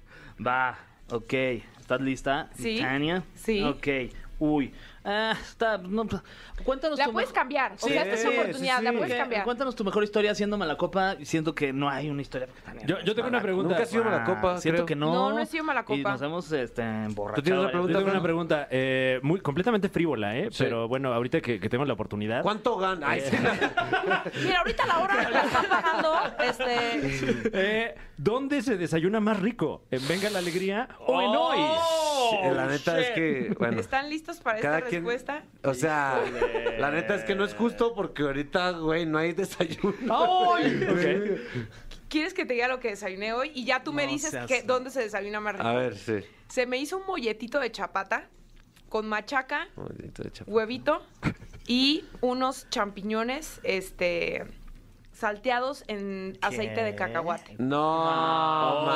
Va, ok. ¿Estás lista? Sí. Tania. Sí. Ok. Uy. Ah, está. no, pues, cuéntanos La tu puedes mejo- cambiar, o Sí, sea, esta es tu sí, oportunidad, la sí. puedes Ok, cambiar. Cuéntanos tu mejor historia haciéndome la copa. Siento que no hay una historia. porque Tania Yo, no yo es tengo una mala- pregunta. Nunca he sido mala copa, Siento creo. que no. No, no he sido mala Y copa. nos hemos este, emborrachado. ¿Tú tienes una varias pregunta, Yo tengo una Fran? pregunta eh, muy completamente frívola, ¿eh? Sí. Pero bueno, ahorita que, que tenemos la oportunidad. ¿Cuánto gana? Eh, Ay, sí. Mira, ahorita la hora la están pagando, este... Eh, ¿Dónde se desayuna más rico? ¿En Venga la Alegría o en hoy? la neta es que, bueno. ¿Están listos para Cada esta quien- respuesta? O sea, la neta es que no es justo porque ahorita, güey, no hay desayuno. Ok. ¿Quieres que te diga lo que desayuné hoy? Y ya tú me No dices seas- que, dónde se desayuna más rico. A ver, sí. Se me hizo un molletito de chapata con machaca, Maldito de chapa. huevito y unos champiñones este, salteados en aceite de cacahuate. No, Y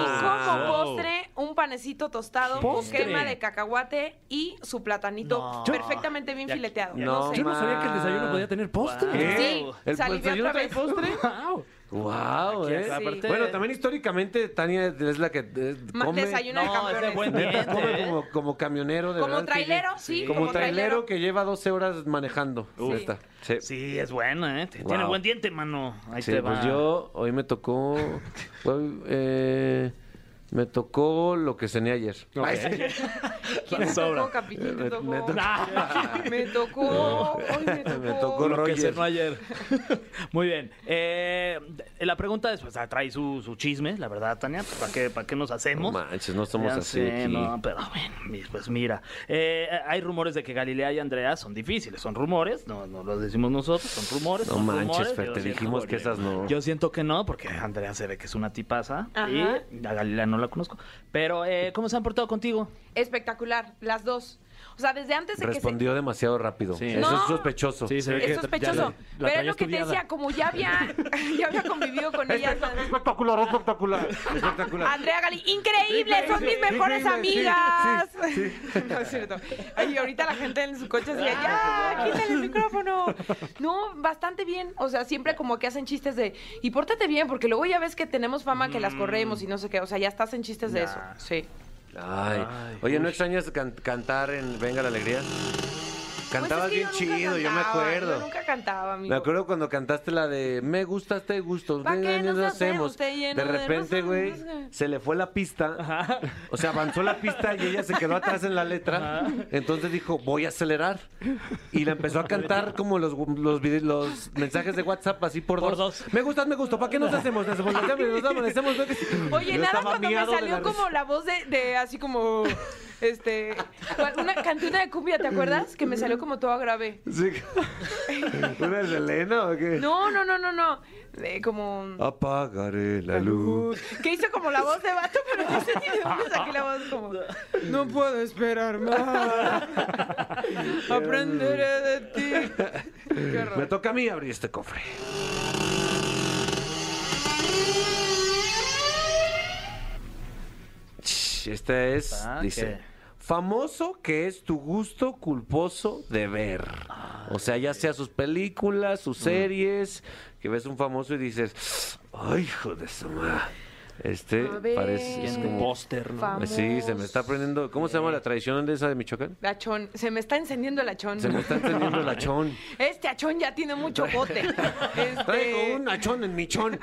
ma. como postre, un panecito tostado Postre. con crema de cacahuate y su platanito No. perfectamente bien fileteado. No, sé. Yo no sabía que el desayuno podía tener postre. ¿Qué? Sí, ¿El pues, salivé desayuno otra trae vez. postre? Wow. Wow, Aquí eh. está, Sí. aparte- Bueno, también históricamente Tania es la que eh, Ma- come. Desayuno de No, es de campeones. buen Neta, diente. come ¿eh? como, como camionero de Como verdad que trailero, lle- sí, Como, como trailero, trailero. que lleva 12 horas manejando. Uf. Neta, Sí. Sí, es buena, ¿eh? Te- Wow. Tiene buen diente, mano. Ahí Sí, te va. pues yo hoy me tocó. hoy, eh, me tocó lo que cené ayer. Ay, sí. ¿Quién te Sobra. tocó, Capitín? ¿Te Me- tocó? me tocó. Me tocó. Ay, me tocó. Me tocó Lo que Roger. cenó ayer. Muy bien. Eh, la pregunta es, pues, ah, trae su, su chisme, la verdad, Tania. pues, ¿Para qué, para qué nos No hacemos? manches, no somos Ya así. sé, aquí. no, pero bueno, mi- pues mira, eh, hay rumores de que Galilea y Andrea son difíciles, son rumores, no, no los decimos nosotros, son rumores. No son manches, rumores, Fer, yo te siento- dijimos que esas no. Yo siento que no, porque Andrea se ve que es una tipaza Ajá. y a Galilea no la conozco. Pero, eh, ¿cómo se han portado contigo? Espectacular, las dos. O sea, desde antes de Respondió demasiado rápido. Sí. Eso No. es sospechoso. Sí, que se se... ve que Es sospechoso. la pero traía es lo que te estudiada. decía, como ya había, ya había convivido con ellas. Espectacular, espectacular. Espectacular. Andrea Gali, increíble, son mis mejores amigas. no es cierto. Ay, ahorita la gente en su coche así, ya, quítale el micrófono. No, bastante bien. O sea, siempre como que hacen chistes de, y pórtate bien, porque luego ya ves que tenemos fama que Mm. las corremos y no sé qué. O sea, ya estás en chistes de eso. Sí. Ay. Oye, ¿no extrañas can- cantar en Venga la Alegría? Cantabas Pues es que bien yo nunca chido, yo me cantaba, acuerdo. Yo nunca cantaba, amigo. Me acuerdo cuando cantaste la de Me gustas, te gustos, ¿Pa' qué venga, nos nos hacemos? hacemos. Te lleno De de repente, rosas, güey, rosas. se le fue la pista. O sea, avanzó la pista y ella se quedó atrás en la letra. Entonces dijo, voy a acelerar. Y la empezó a cantar como los, los, vide- los mensajes de WhatsApp así por, Por dos. dos. Me gustas, me gustó, ¿para qué nos hacemos? Nos hacemos, nos hacemos, nos amanecemos, ¿no? Oye, Yo nada estaba cuando me miado de la salió como risa. la voz de, de así como este ¿cuál? una cantina de cumbia, ¿te acuerdas? Que me salió como toda grave. Sí. ¿Una de Selena o qué? No, no, no, no, no. Eh, como Apagaré la luz. que hizo como la voz de vato, pero no sé ni de dónde saqué la voz como No puedo esperar más. Aprenderé de ti. Qué Me horror. toca a mí abrir este cofre. Ch, Esta este es, Ah, dice, ¿qué? famoso que es tu gusto culposo de ver. O sea, ya sea sus películas, sus series, que ves un famoso y dices, ay, hijo de su madre. Este A ver. parece es como... póster, Sí, se me está prendiendo... ¿Cómo se llama la tradición de esa de Michoacán? Lachón, se me está encendiendo el achón. Se me está encendiendo el achón. Este achón ya tiene mucho bote. Este- Traigo un achón en michón.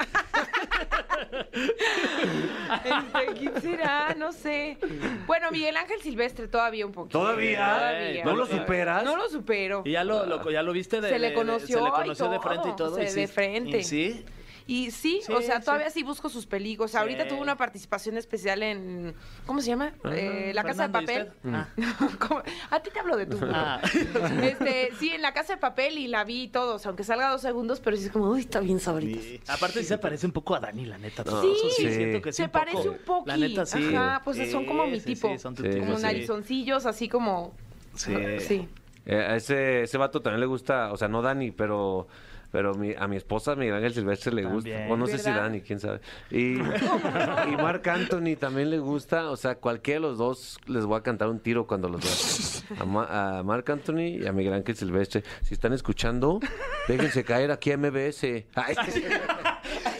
Este, ¿Quién será? No sé. Bueno, Miguel Ángel Silvestre todavía un poquito. ¿Todavía? ¿No lo superas? No lo supero. Y ya lo, lo- ya lo viste de Se le de- de- conoció se le conoció y de frente y todo, todo. o sea, y sí- de frente. y sí. Y sí, Sí, o sea, sí. todavía sí busco sus peligros. Ahorita Sí. tuvo una participación especial en. ¿Cómo se llama? Eh, la Casa de Fernando, ¿y Papel. usted? Ah. ¿Cómo? A ti te hablo de tu. Ah. Este, sí, en la Casa de Papel y la vi todos, aunque salga dos segundos, pero sí es como, uy, está bien sabrita. Sí. Aparte sí se parece un poco a Dani, la neta. No, Eso sí. siento que sí Se parece un poco. La neta sí. Ajá, pues son como mi tipo. Sí, son tu Sí. tipo, Como sí. narizoncillos, así como. Sí. Sí. Eh, a ese, ese vato también le gusta, o sea, no Dani, pero, pero mi- a mi esposa Miguel Ángel Silvestre le gusta. También. O no sé si ¿Verdad? Dani, quién sabe. Y, y Marc Anthony también le gusta, o sea, cualquiera de los dos les voy a cantar un tiro cuando los vea. A, Ma- a Marc Anthony y a Miguel Ángel Silvestre. Si están escuchando, déjense caer aquí a MBS. Ay,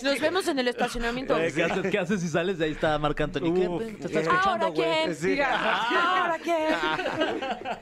Nos vemos en el estacionamiento. Eh, ¿Qué, haces, ¿Qué haces si sales de ahí? Está Marc Anthony. ¿Qué? ¿Te está ¿Ahora escuchando, güey? quién? Diga, Ah. ¿Ahora quién?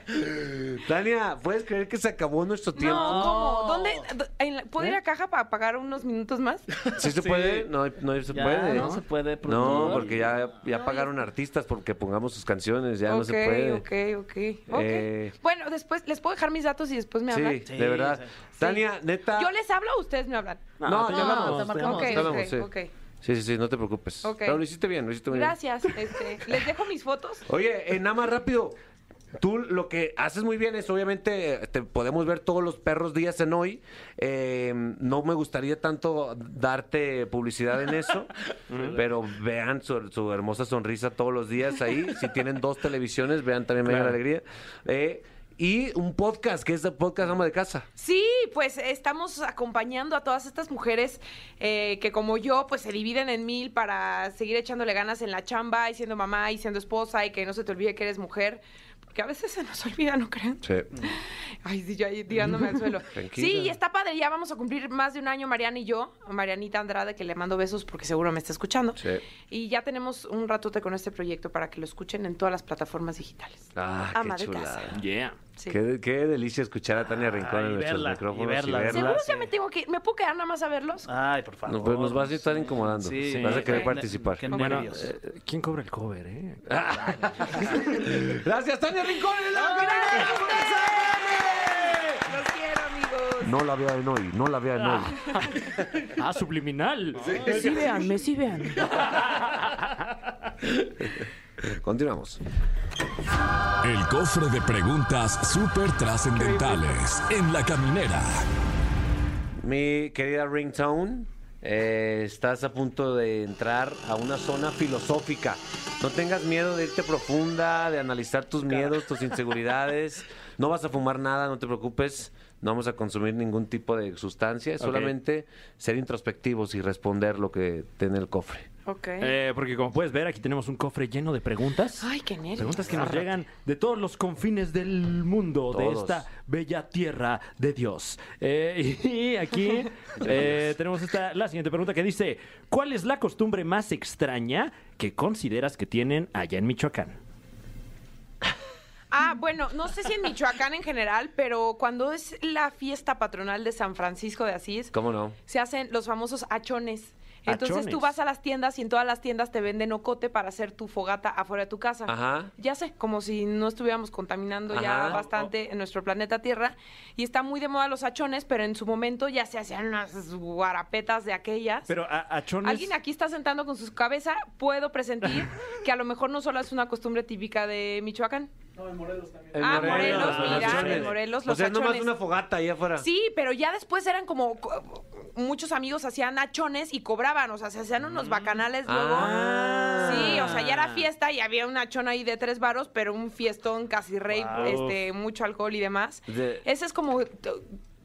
Tania, ¿puedes creer que se acabó nuestro tiempo? ¿Eh? No, ¿cómo? ¿Dónde? d- en la- ¿Puedo ir a caja para pagar unos minutos más? ¿Sí se Sí. puede? No, no se Ya, puede. no se puede, No, productor. porque ya, ya pagaron artistas porque pongamos sus canciones, ya ok, no se puede. ok, ok, ok. Eh. Bueno, después les puedo dejar mis datos y después me hablan. Sí, de verdad. Tania, neta. ¿Yo les hablo o ustedes me hablan? No, No, te no, hablamos. te te marcamos, hablamos, te te hablamos, marcamos. sí. Ok, ok. Sí, sí, sí, no te preocupes. Ok. Pero lo hiciste bien, lo hiciste muy bien. Gracias. Este, les dejo mis fotos. Oye, eh, nada más rápido. Tú lo que haces muy bien es, obviamente, eh, te podemos ver todos los perros días en hoy. Eh, no me gustaría tanto darte publicidad en eso, pero vean su, su hermosa sonrisa todos los días ahí. Si tienen dos televisiones, vean también Mega la Alegría. Eh, y un podcast, que es el podcast Ama de Casa. Sí, pues estamos acompañando a todas estas mujeres eh, que como yo, pues se dividen en mil para seguir echándole ganas en la chamba y siendo mamá y siendo esposa y que no se te olvide que eres mujer. Porque a veces se nos olvida, ¿no creen? Sí. Ay, sí, yo ahí tirándome al suelo. Tranquila. Sí, y está padre, ya vamos a cumplir más de un año Mariana y yo, Marianita Andrade, que le mando besos porque seguro me está escuchando. Sí. Y ya tenemos un ratote con este proyecto para que lo escuchen en todas las plataformas digitales. Ah, Ama qué de chulada. casa. Yeah. Sí. Qué, qué delicia escuchar a Tania Rincón y en nuestros verla, y micrófonos. verla. Y verla. Seguro ya me tengo que ir. ¿Me puedo quedar nada más a verlos? Ay, por favor. No, pues nos vas a estar incomodando. Sí. Vas a querer Qué- participar. Qué Bueno, nervios. ¿Quién cobra el cover, eh? Gracias, Tania Rincón. en la Gracias a Caminera. ustedes. Los quiero, amigos. No la vea en hoy, no la vea en hoy. Ah, subliminal. Sí, véanme, sí, véanme. Continuamos. El cofre de preguntas súper trascendentales en la caminera. Mi querida Ringtone, eh, estás a punto de entrar a una zona filosófica. No tengas miedo de irte profunda, de analizar tus miedos, tus inseguridades. No vas a fumar nada, no te preocupes. No vamos a consumir ningún tipo de sustancia. Solamente ser introspectivos y responder lo que tiene el cofre. Ok. Eh, porque como puedes ver, aquí tenemos un cofre lleno de preguntas. Ay, qué nervios. Preguntas que nos llegan de todos los confines del mundo, de Todos. esta bella tierra de Dios. Eh, y aquí eh, tenemos esta, la siguiente pregunta que dice, ¿cuál es la costumbre más extraña que consideras que tienen allá en Michoacán? Ah, bueno, no sé si en Michoacán en general, pero cuando es la fiesta patronal de San Francisco de Asís, ¿Cómo no? se hacen los famosos achones. Entonces Achones. tú vas a las tiendas y en todas las tiendas te venden ocote para hacer tu fogata afuera de tu casa. Ajá. Ya sé, como si no estuviéramos contaminando ya Ajá. bastante en nuestro planeta Tierra. Y está muy de moda los achones, pero en su momento ya se hacían unas guarapetas de aquellas. Pero a, achones... Alguien aquí está sentando con su cabeza, puedo presentir que a lo mejor no solo es una costumbre típica de Michoacán. Ah, Morelos, los mira, achones. en Morelos, O los sea, nomás achones. una fogata ahí afuera. Sí, pero ya después eran como co- muchos amigos hacían achones y cobraban, o sea, se hacían unos bacanales luego. Ah. Sí, o sea, ya era fiesta y había un achón ahí de tres varos, pero un fiestón casi rey, este, mucho alcohol y demás. De- Ese es como to-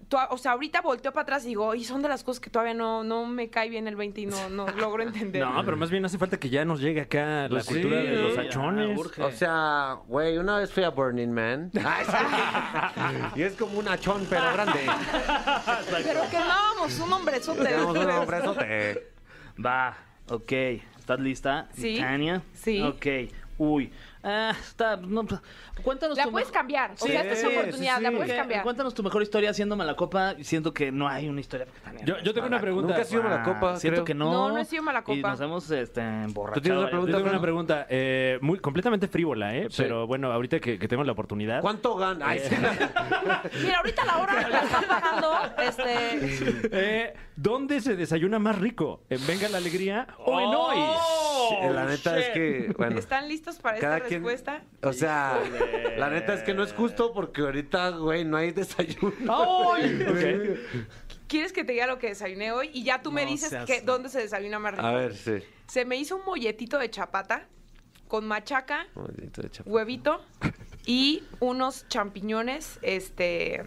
to- o sea, ahorita volteo para atrás y digo, y son de las cosas que todavía no, no me cae bien el 20 y no, no logro entender. No, pero más bien hace falta que ya nos llegue acá la Pues cultura sí. de los Sí, achones. O sea, güey, una vez fui a Burning Man. y es como un achón, pero grande. Pero quemábamos un hombrezote. Tenemos un hombrezote. Va, ok. ¿Estás lista? Sí. Tania. Sí. Ok. Uy. Ah, está. no, cuéntanos La tu puedes mejo- cambiar, o sea, esta es tu sí, oportunidad, sí, la sí. puedes Que- cambiar. Cuéntanos tu mejor historia haciendo Malacopa, siento que no hay una historia. porque también Yo, es yo tengo una Malacopa. pregunta. Nunca he sido Malacopa, Siento creo. que no. No, no he sido Malacopa. Y nos hemos este, emborrachado. ¿Tú tienes una Yo pregunta? tengo una Fran? pregunta eh, muy completamente frívola, ¿eh? Sí. Pero bueno, ahorita que, que tengo la oportunidad. ¿Cuánto gana? Ay, sí. Mira, ahorita la hora la están pagando, este... Eh, ¿Dónde se desayuna más rico? ¿En Venga la Alegría o en hoy? Sí, la neta es que, bueno. ¿Están listos para Cada esta quien- respuesta? O sea, la neta es que no es justo porque ahorita, güey, no hay desayuno. Ok. ¿Quieres que te diga lo que desayuné hoy? Y ya tú me No dices seas- que, dónde se desayuna más rico. A ver, sí. Se me hizo un molletito de chapata con machaca, Un momentito de chapa. huevito y unos champiñones este,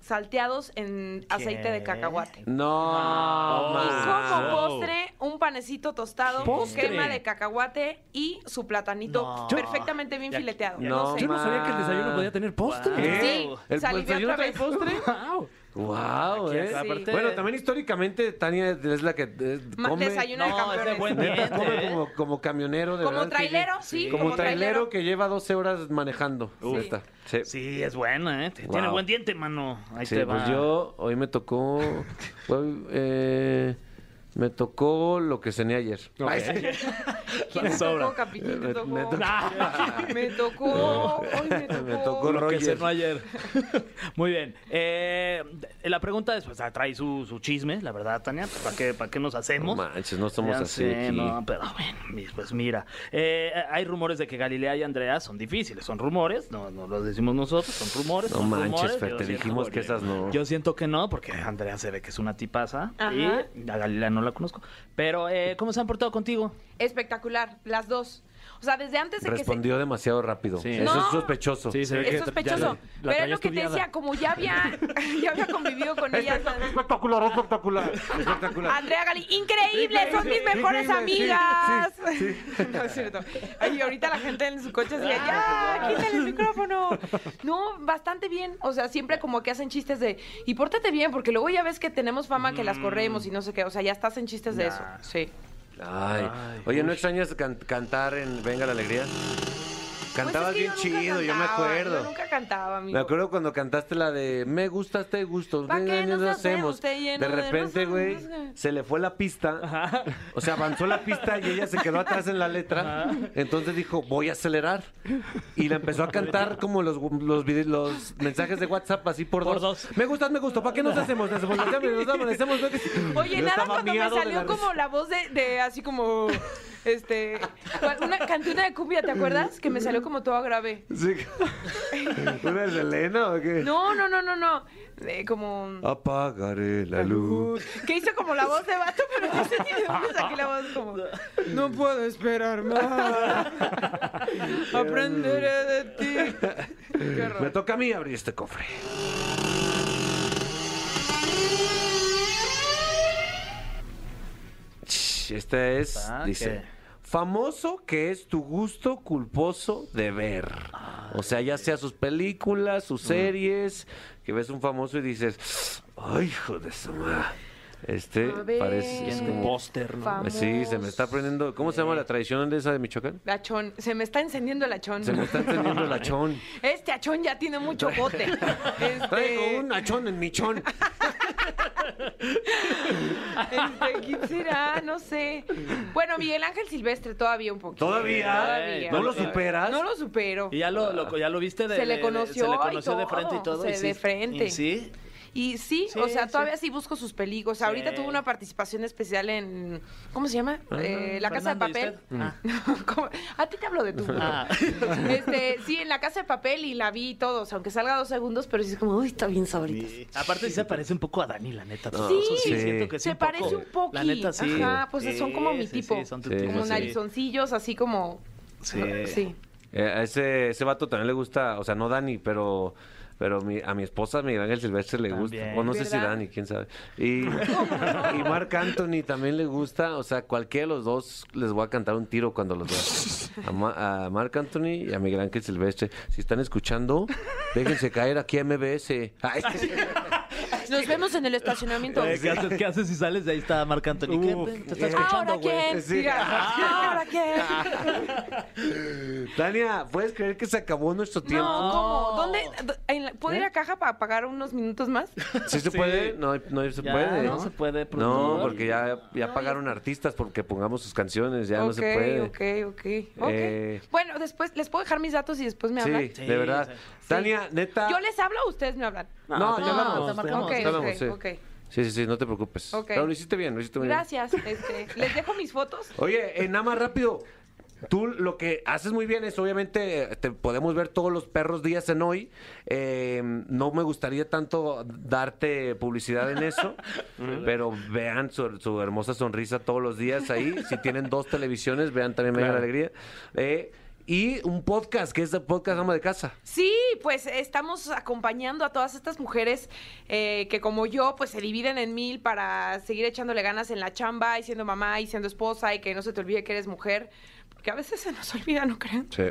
salteados en aceite de cacahuate. No, Y man. como postre, un panecito tostado ¿Postre? con crema de cacahuate y su platanito No. perfectamente bien fileteado. no, No, sé. Yo no sabía que el Ah. desayuno podía tener postre. ¿Qué? Sí, ¿El salivé desayuno otra trae vez. postre? Wow. Wow, eh. Sí. Aparte- Bueno, también históricamente Tania es la que eh, Ma- come. Desayuno de No, es de campeones. buen Neta, diente, come ¿eh? como, como camionero de Como verdad que- trailero, sí, como, como trailero, trailero. que lleva 12 horas manejando. Uf. Neta, sí. Sí, es buena, ¿eh? Te- Wow. Tiene buen diente, mano. Ahí Sí, te va. pues yo hoy me tocó hoy, eh, me tocó lo que cené ayer. Ay, sí. ¿Quién me tocó, Eh, Capitín? me- ¿Te tocó? me tocó. Me tocó. Hoy me tocó. Me tocó Lo que Roger. cenó ayer. Muy bien. Eh, la pregunta es, pues, ah, trae su, su chisme, la verdad, Tania. pues, ¿Para qué, para qué nos No hacemos? manches, no somos Ya así sé, aquí. No, pero bueno, mi- pues mira. Eh, hay rumores de que Galilea y Andrea son difíciles. Son rumores, no, no los decimos nosotros, son rumores. No son manches, rumores, Fer, yo te siento- dijimos que esas no. Yo siento que no, porque Andrea se ve que es una tipaza. Ajá. Y a Galilea no la conozco. Pero, eh, ¿cómo se han portado contigo? Espectacular, las dos. O sea, desde antes de Respondió demasiado rápido. Sí. Eso No. es sospechoso. Sí, se que ve se... que Es sospechoso. ya la- la Pero es traía lo que te estudiada. decía, como ya había, ya había convivido con ellas. Espectacular, espectacular, espectacular. Andrea Gali, increíble, son mis mejores amigas. no es cierto. Ay, ahorita la gente en su coche decía, ya, quítale el micrófono. No, bastante bien. O sea, siempre como que hacen chistes de, y pórtate bien, porque luego ya ves que tenemos fama que las corremos y no sé qué. O sea, ya estás en chistes de eso. Sí. Ay. Oye, ¿no extrañas can- cantar en Venga la Alegría? Cantabas Pues es que yo bien nunca chido, yo me cantaba, acuerdo. Yo nunca cantaba, amigo. Me acuerdo cuando cantaste la de Me gustas, te gusto, ¿Pa' qué nos hacemos? Te De lleno de repente, razones, güey, güey. se le fue la pista. O sea, avanzó la pista y ella se quedó atrás en la letra. Entonces dijo, voy a acelerar. Y la empezó a cantar como los, los, vide- los mensajes de WhatsApp así por, Por dos. dos. Me gustas, me gusto, ¿para qué nos hacemos? Nos amanecemos, nos amanecemos. ¿no? Oye, Yo nada estaba cuando me miado de salió la como risa. la voz de, de así como este una cantina de cumbia, ¿te acuerdas? Que me salió como toda grave. Sí. ¿Una de Selena o qué? No, no, no, no, no. Eh, como Apagaré la luz. que hizo como la voz de vato, pero no sé ni de dónde saqué la voz como No puedo esperar más. Aprenderé de ti. Qué Me horror. toca a mí abrir este cofre. Ch, Esta es, Ah, dice, ¿qué? famoso que es tu gusto culposo de ver. O sea, ya sea sus películas, Mm. sus series, que ves un famoso y dices, ay, hijo de su madre. Este A ver. parece es como- pues Póster, ¿no? Famoso. Sí, se me está prendiendo. ¿Cómo se Eh. llama la tradición de esa de Michoacán? Lachón, se me está encendiendo el achón. Se me está encendiendo el achón. Este achón ya tiene mucho bote. Este- Traigo un achón en michón. Este, ¿Quién será? No sé. Bueno, Miguel Ángel Silvestre todavía un poquito. ¿Todavía? Todavía. ¿No lo superas? No lo supero. Y ya lo, lo- ya lo viste de Se le de- de- conoció se le y conoció de todo, frente y todo. se y sí- de frente. y sí. Y sí, Sí, o sea, sí. todavía sí busco sus películas. Ahorita Sí. tuvo una participación especial en. ¿Cómo se llama? Eh, la Casa de Fernando, ¿y Papel. usted? Ah. ¿Cómo? A ti te hablo de tú. güey. Ah. Este, sí, en la Casa de Papel y la vi y todos, aunque salga dos segundos, pero sí es como, uy, está bien sabrita. Sí. Aparte sí se parece un poco a Dani, la neta. Sí, Eso siento que sí, se parece un poco. La neta sí. Ajá, pues Sí, son como mi sí, tipo. sí, son tu Sí, tipo, como sí. narizoncillos, así como. Sí. Sí. Eh, a ese, ese vato también le gusta, o sea, no Dani, pero pero mi- a mi esposa Miguel Ángel Silvestre le gusta. También. O no sé si ¿Verdad? Dani, quién sabe. Y, y Marc Anthony también le gusta, o sea, cualquiera de los dos les voy a cantar un tiro cuando los vea. A, Ma- a Marc Anthony y a Miguel Ángel Silvestre. Si están escuchando, déjense caer aquí a MBS. Ay, Nos vemos en el estacionamiento. Eh, ¿Qué haces, ¿Qué haces si sales de ahí? Está Marc Anthony. ¿Qué? Te está escuchando, ¿Ahora güey. quién? Ah. Diga, ¿Ahora quién? Tania, ¿puedes creer que se acabó nuestro tiempo? No, ¿cómo? ¿Dónde? d- en la- ¿Eh? ¿Puedo ir a caja para pagar unos minutos más? ¿Sí se puede? No, no se Ya, puede. no se puede, No, productor. porque ya, ya pagaron artistas porque pongamos sus canciones, ya no ok, se puede. ok, ok, ok. Eh. Bueno, después, ¿les puedo dejar mis datos y después me hablan? Sí, de verdad. Tania, neta. ¿Yo les hablo o ustedes me hablan? No, no, te hablamos. te marcamos. Ok, te hablamos, ok, sí. ok. Sí, sí, sí, no te preocupes. Ok. Pero lo hiciste bien, lo hiciste muy bien. Gracias. Este, ¿Les dejo mis fotos? Oye, eh, nada más rápido. Tú lo que haces muy bien es, obviamente, eh, te podemos ver todos los perros días en hoy. Eh, no me gustaría tanto darte publicidad en eso, pero vean su, su hermosa sonrisa todos los días ahí. Si tienen dos televisiones, vean también Venga la Alegría. Eh, y un podcast, que es el podcast Ama de Casa. Sí, pues estamos acompañando a todas estas mujeres eh, que como yo, pues se dividen en mil para seguir echándole ganas en la chamba y siendo mamá y siendo esposa y que no se te olvide que eres mujer. Porque a veces se nos olvida, ¿no creen? Sí.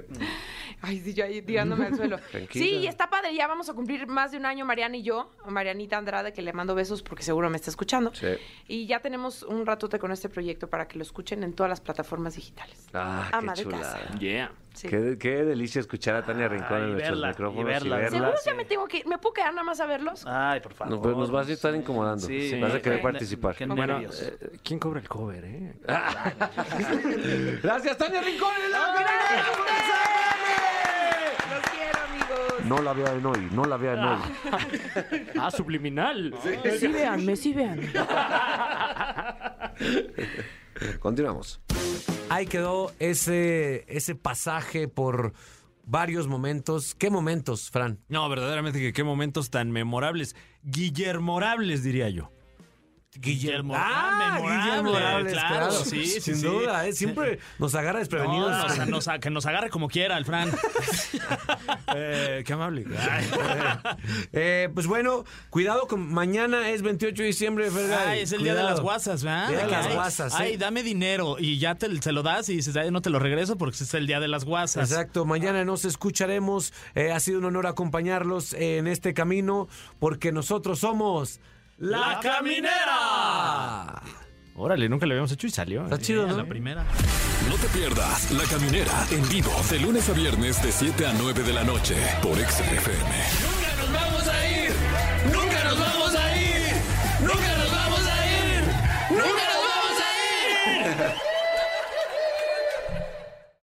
Ay, sí, yo ahí tirándome al suelo. Tranquila. Sí, y está padre, ya vamos a cumplir más de un año Mariana y yo, Marianita Andrade, que le mando besos porque seguro me está escuchando. Sí. Y ya tenemos un ratote con este proyecto para que lo escuchen en todas las plataformas digitales. Ah, Ama qué de casa. chulada. Yeah. Sí. Qué, qué delicia escuchar a Tania Rincón y en nuestros verla, y micrófonos verla. y verla. Seguro ya me tengo que ir. ¿Me puedo quedar nada más a verlos? Ay, por favor. No, pero nos vas a estar Sí. incomodando. Sí. Vas a querer Qué- participar. Qué Bueno, nervios. eh, ¿quién cobra el cover, eh? Gracias, Tania Rincón. en la ¡Gracias a Gran ustedes! Manzana. ¡Los quiero, amigos! No la vean hoy, no la vean hoy. Ah, subliminal. Sí, véanme, sí, véanme. Continuamos. Ahí quedó ese, ese pasaje por varios momentos. ¿Qué momentos, Fran? No, verdaderamente que qué momentos tan memorables. Guillermorables, diría yo. Guillermo. Ah, Guillermo Morales, claro, sí, sí, sin sí. duda, ¿eh? siempre nos agarra No, desprevenidos. nos- nos- a- que nos agarre como quiera el Fran. Eh, qué amable. Eh, pues bueno, cuidado con mañana es 28 de diciembre, Fergay. Ay, es el día de Cuidado. las guasas, ¿verdad? Día de las Ay, guasas, sí. Ay, dame dinero y ya te, se lo das y dices, ay, no te lo regreso porque es el día de las guasas. Exacto, mañana nos escucharemos. Eh, ha sido un honor acompañarlos en este camino porque nosotros somos La Caminera. Órale, nunca lo habíamos hecho y salió. Está chido, Eh, a ¿no? La primera. No te pierdas La Caminera en vivo de lunes a viernes de 7 a 9 de la noche por XFM. Nunca nos vamos a ir. Nunca nos vamos a ir. Nunca nos vamos a ir. Nunca nos vamos a ir.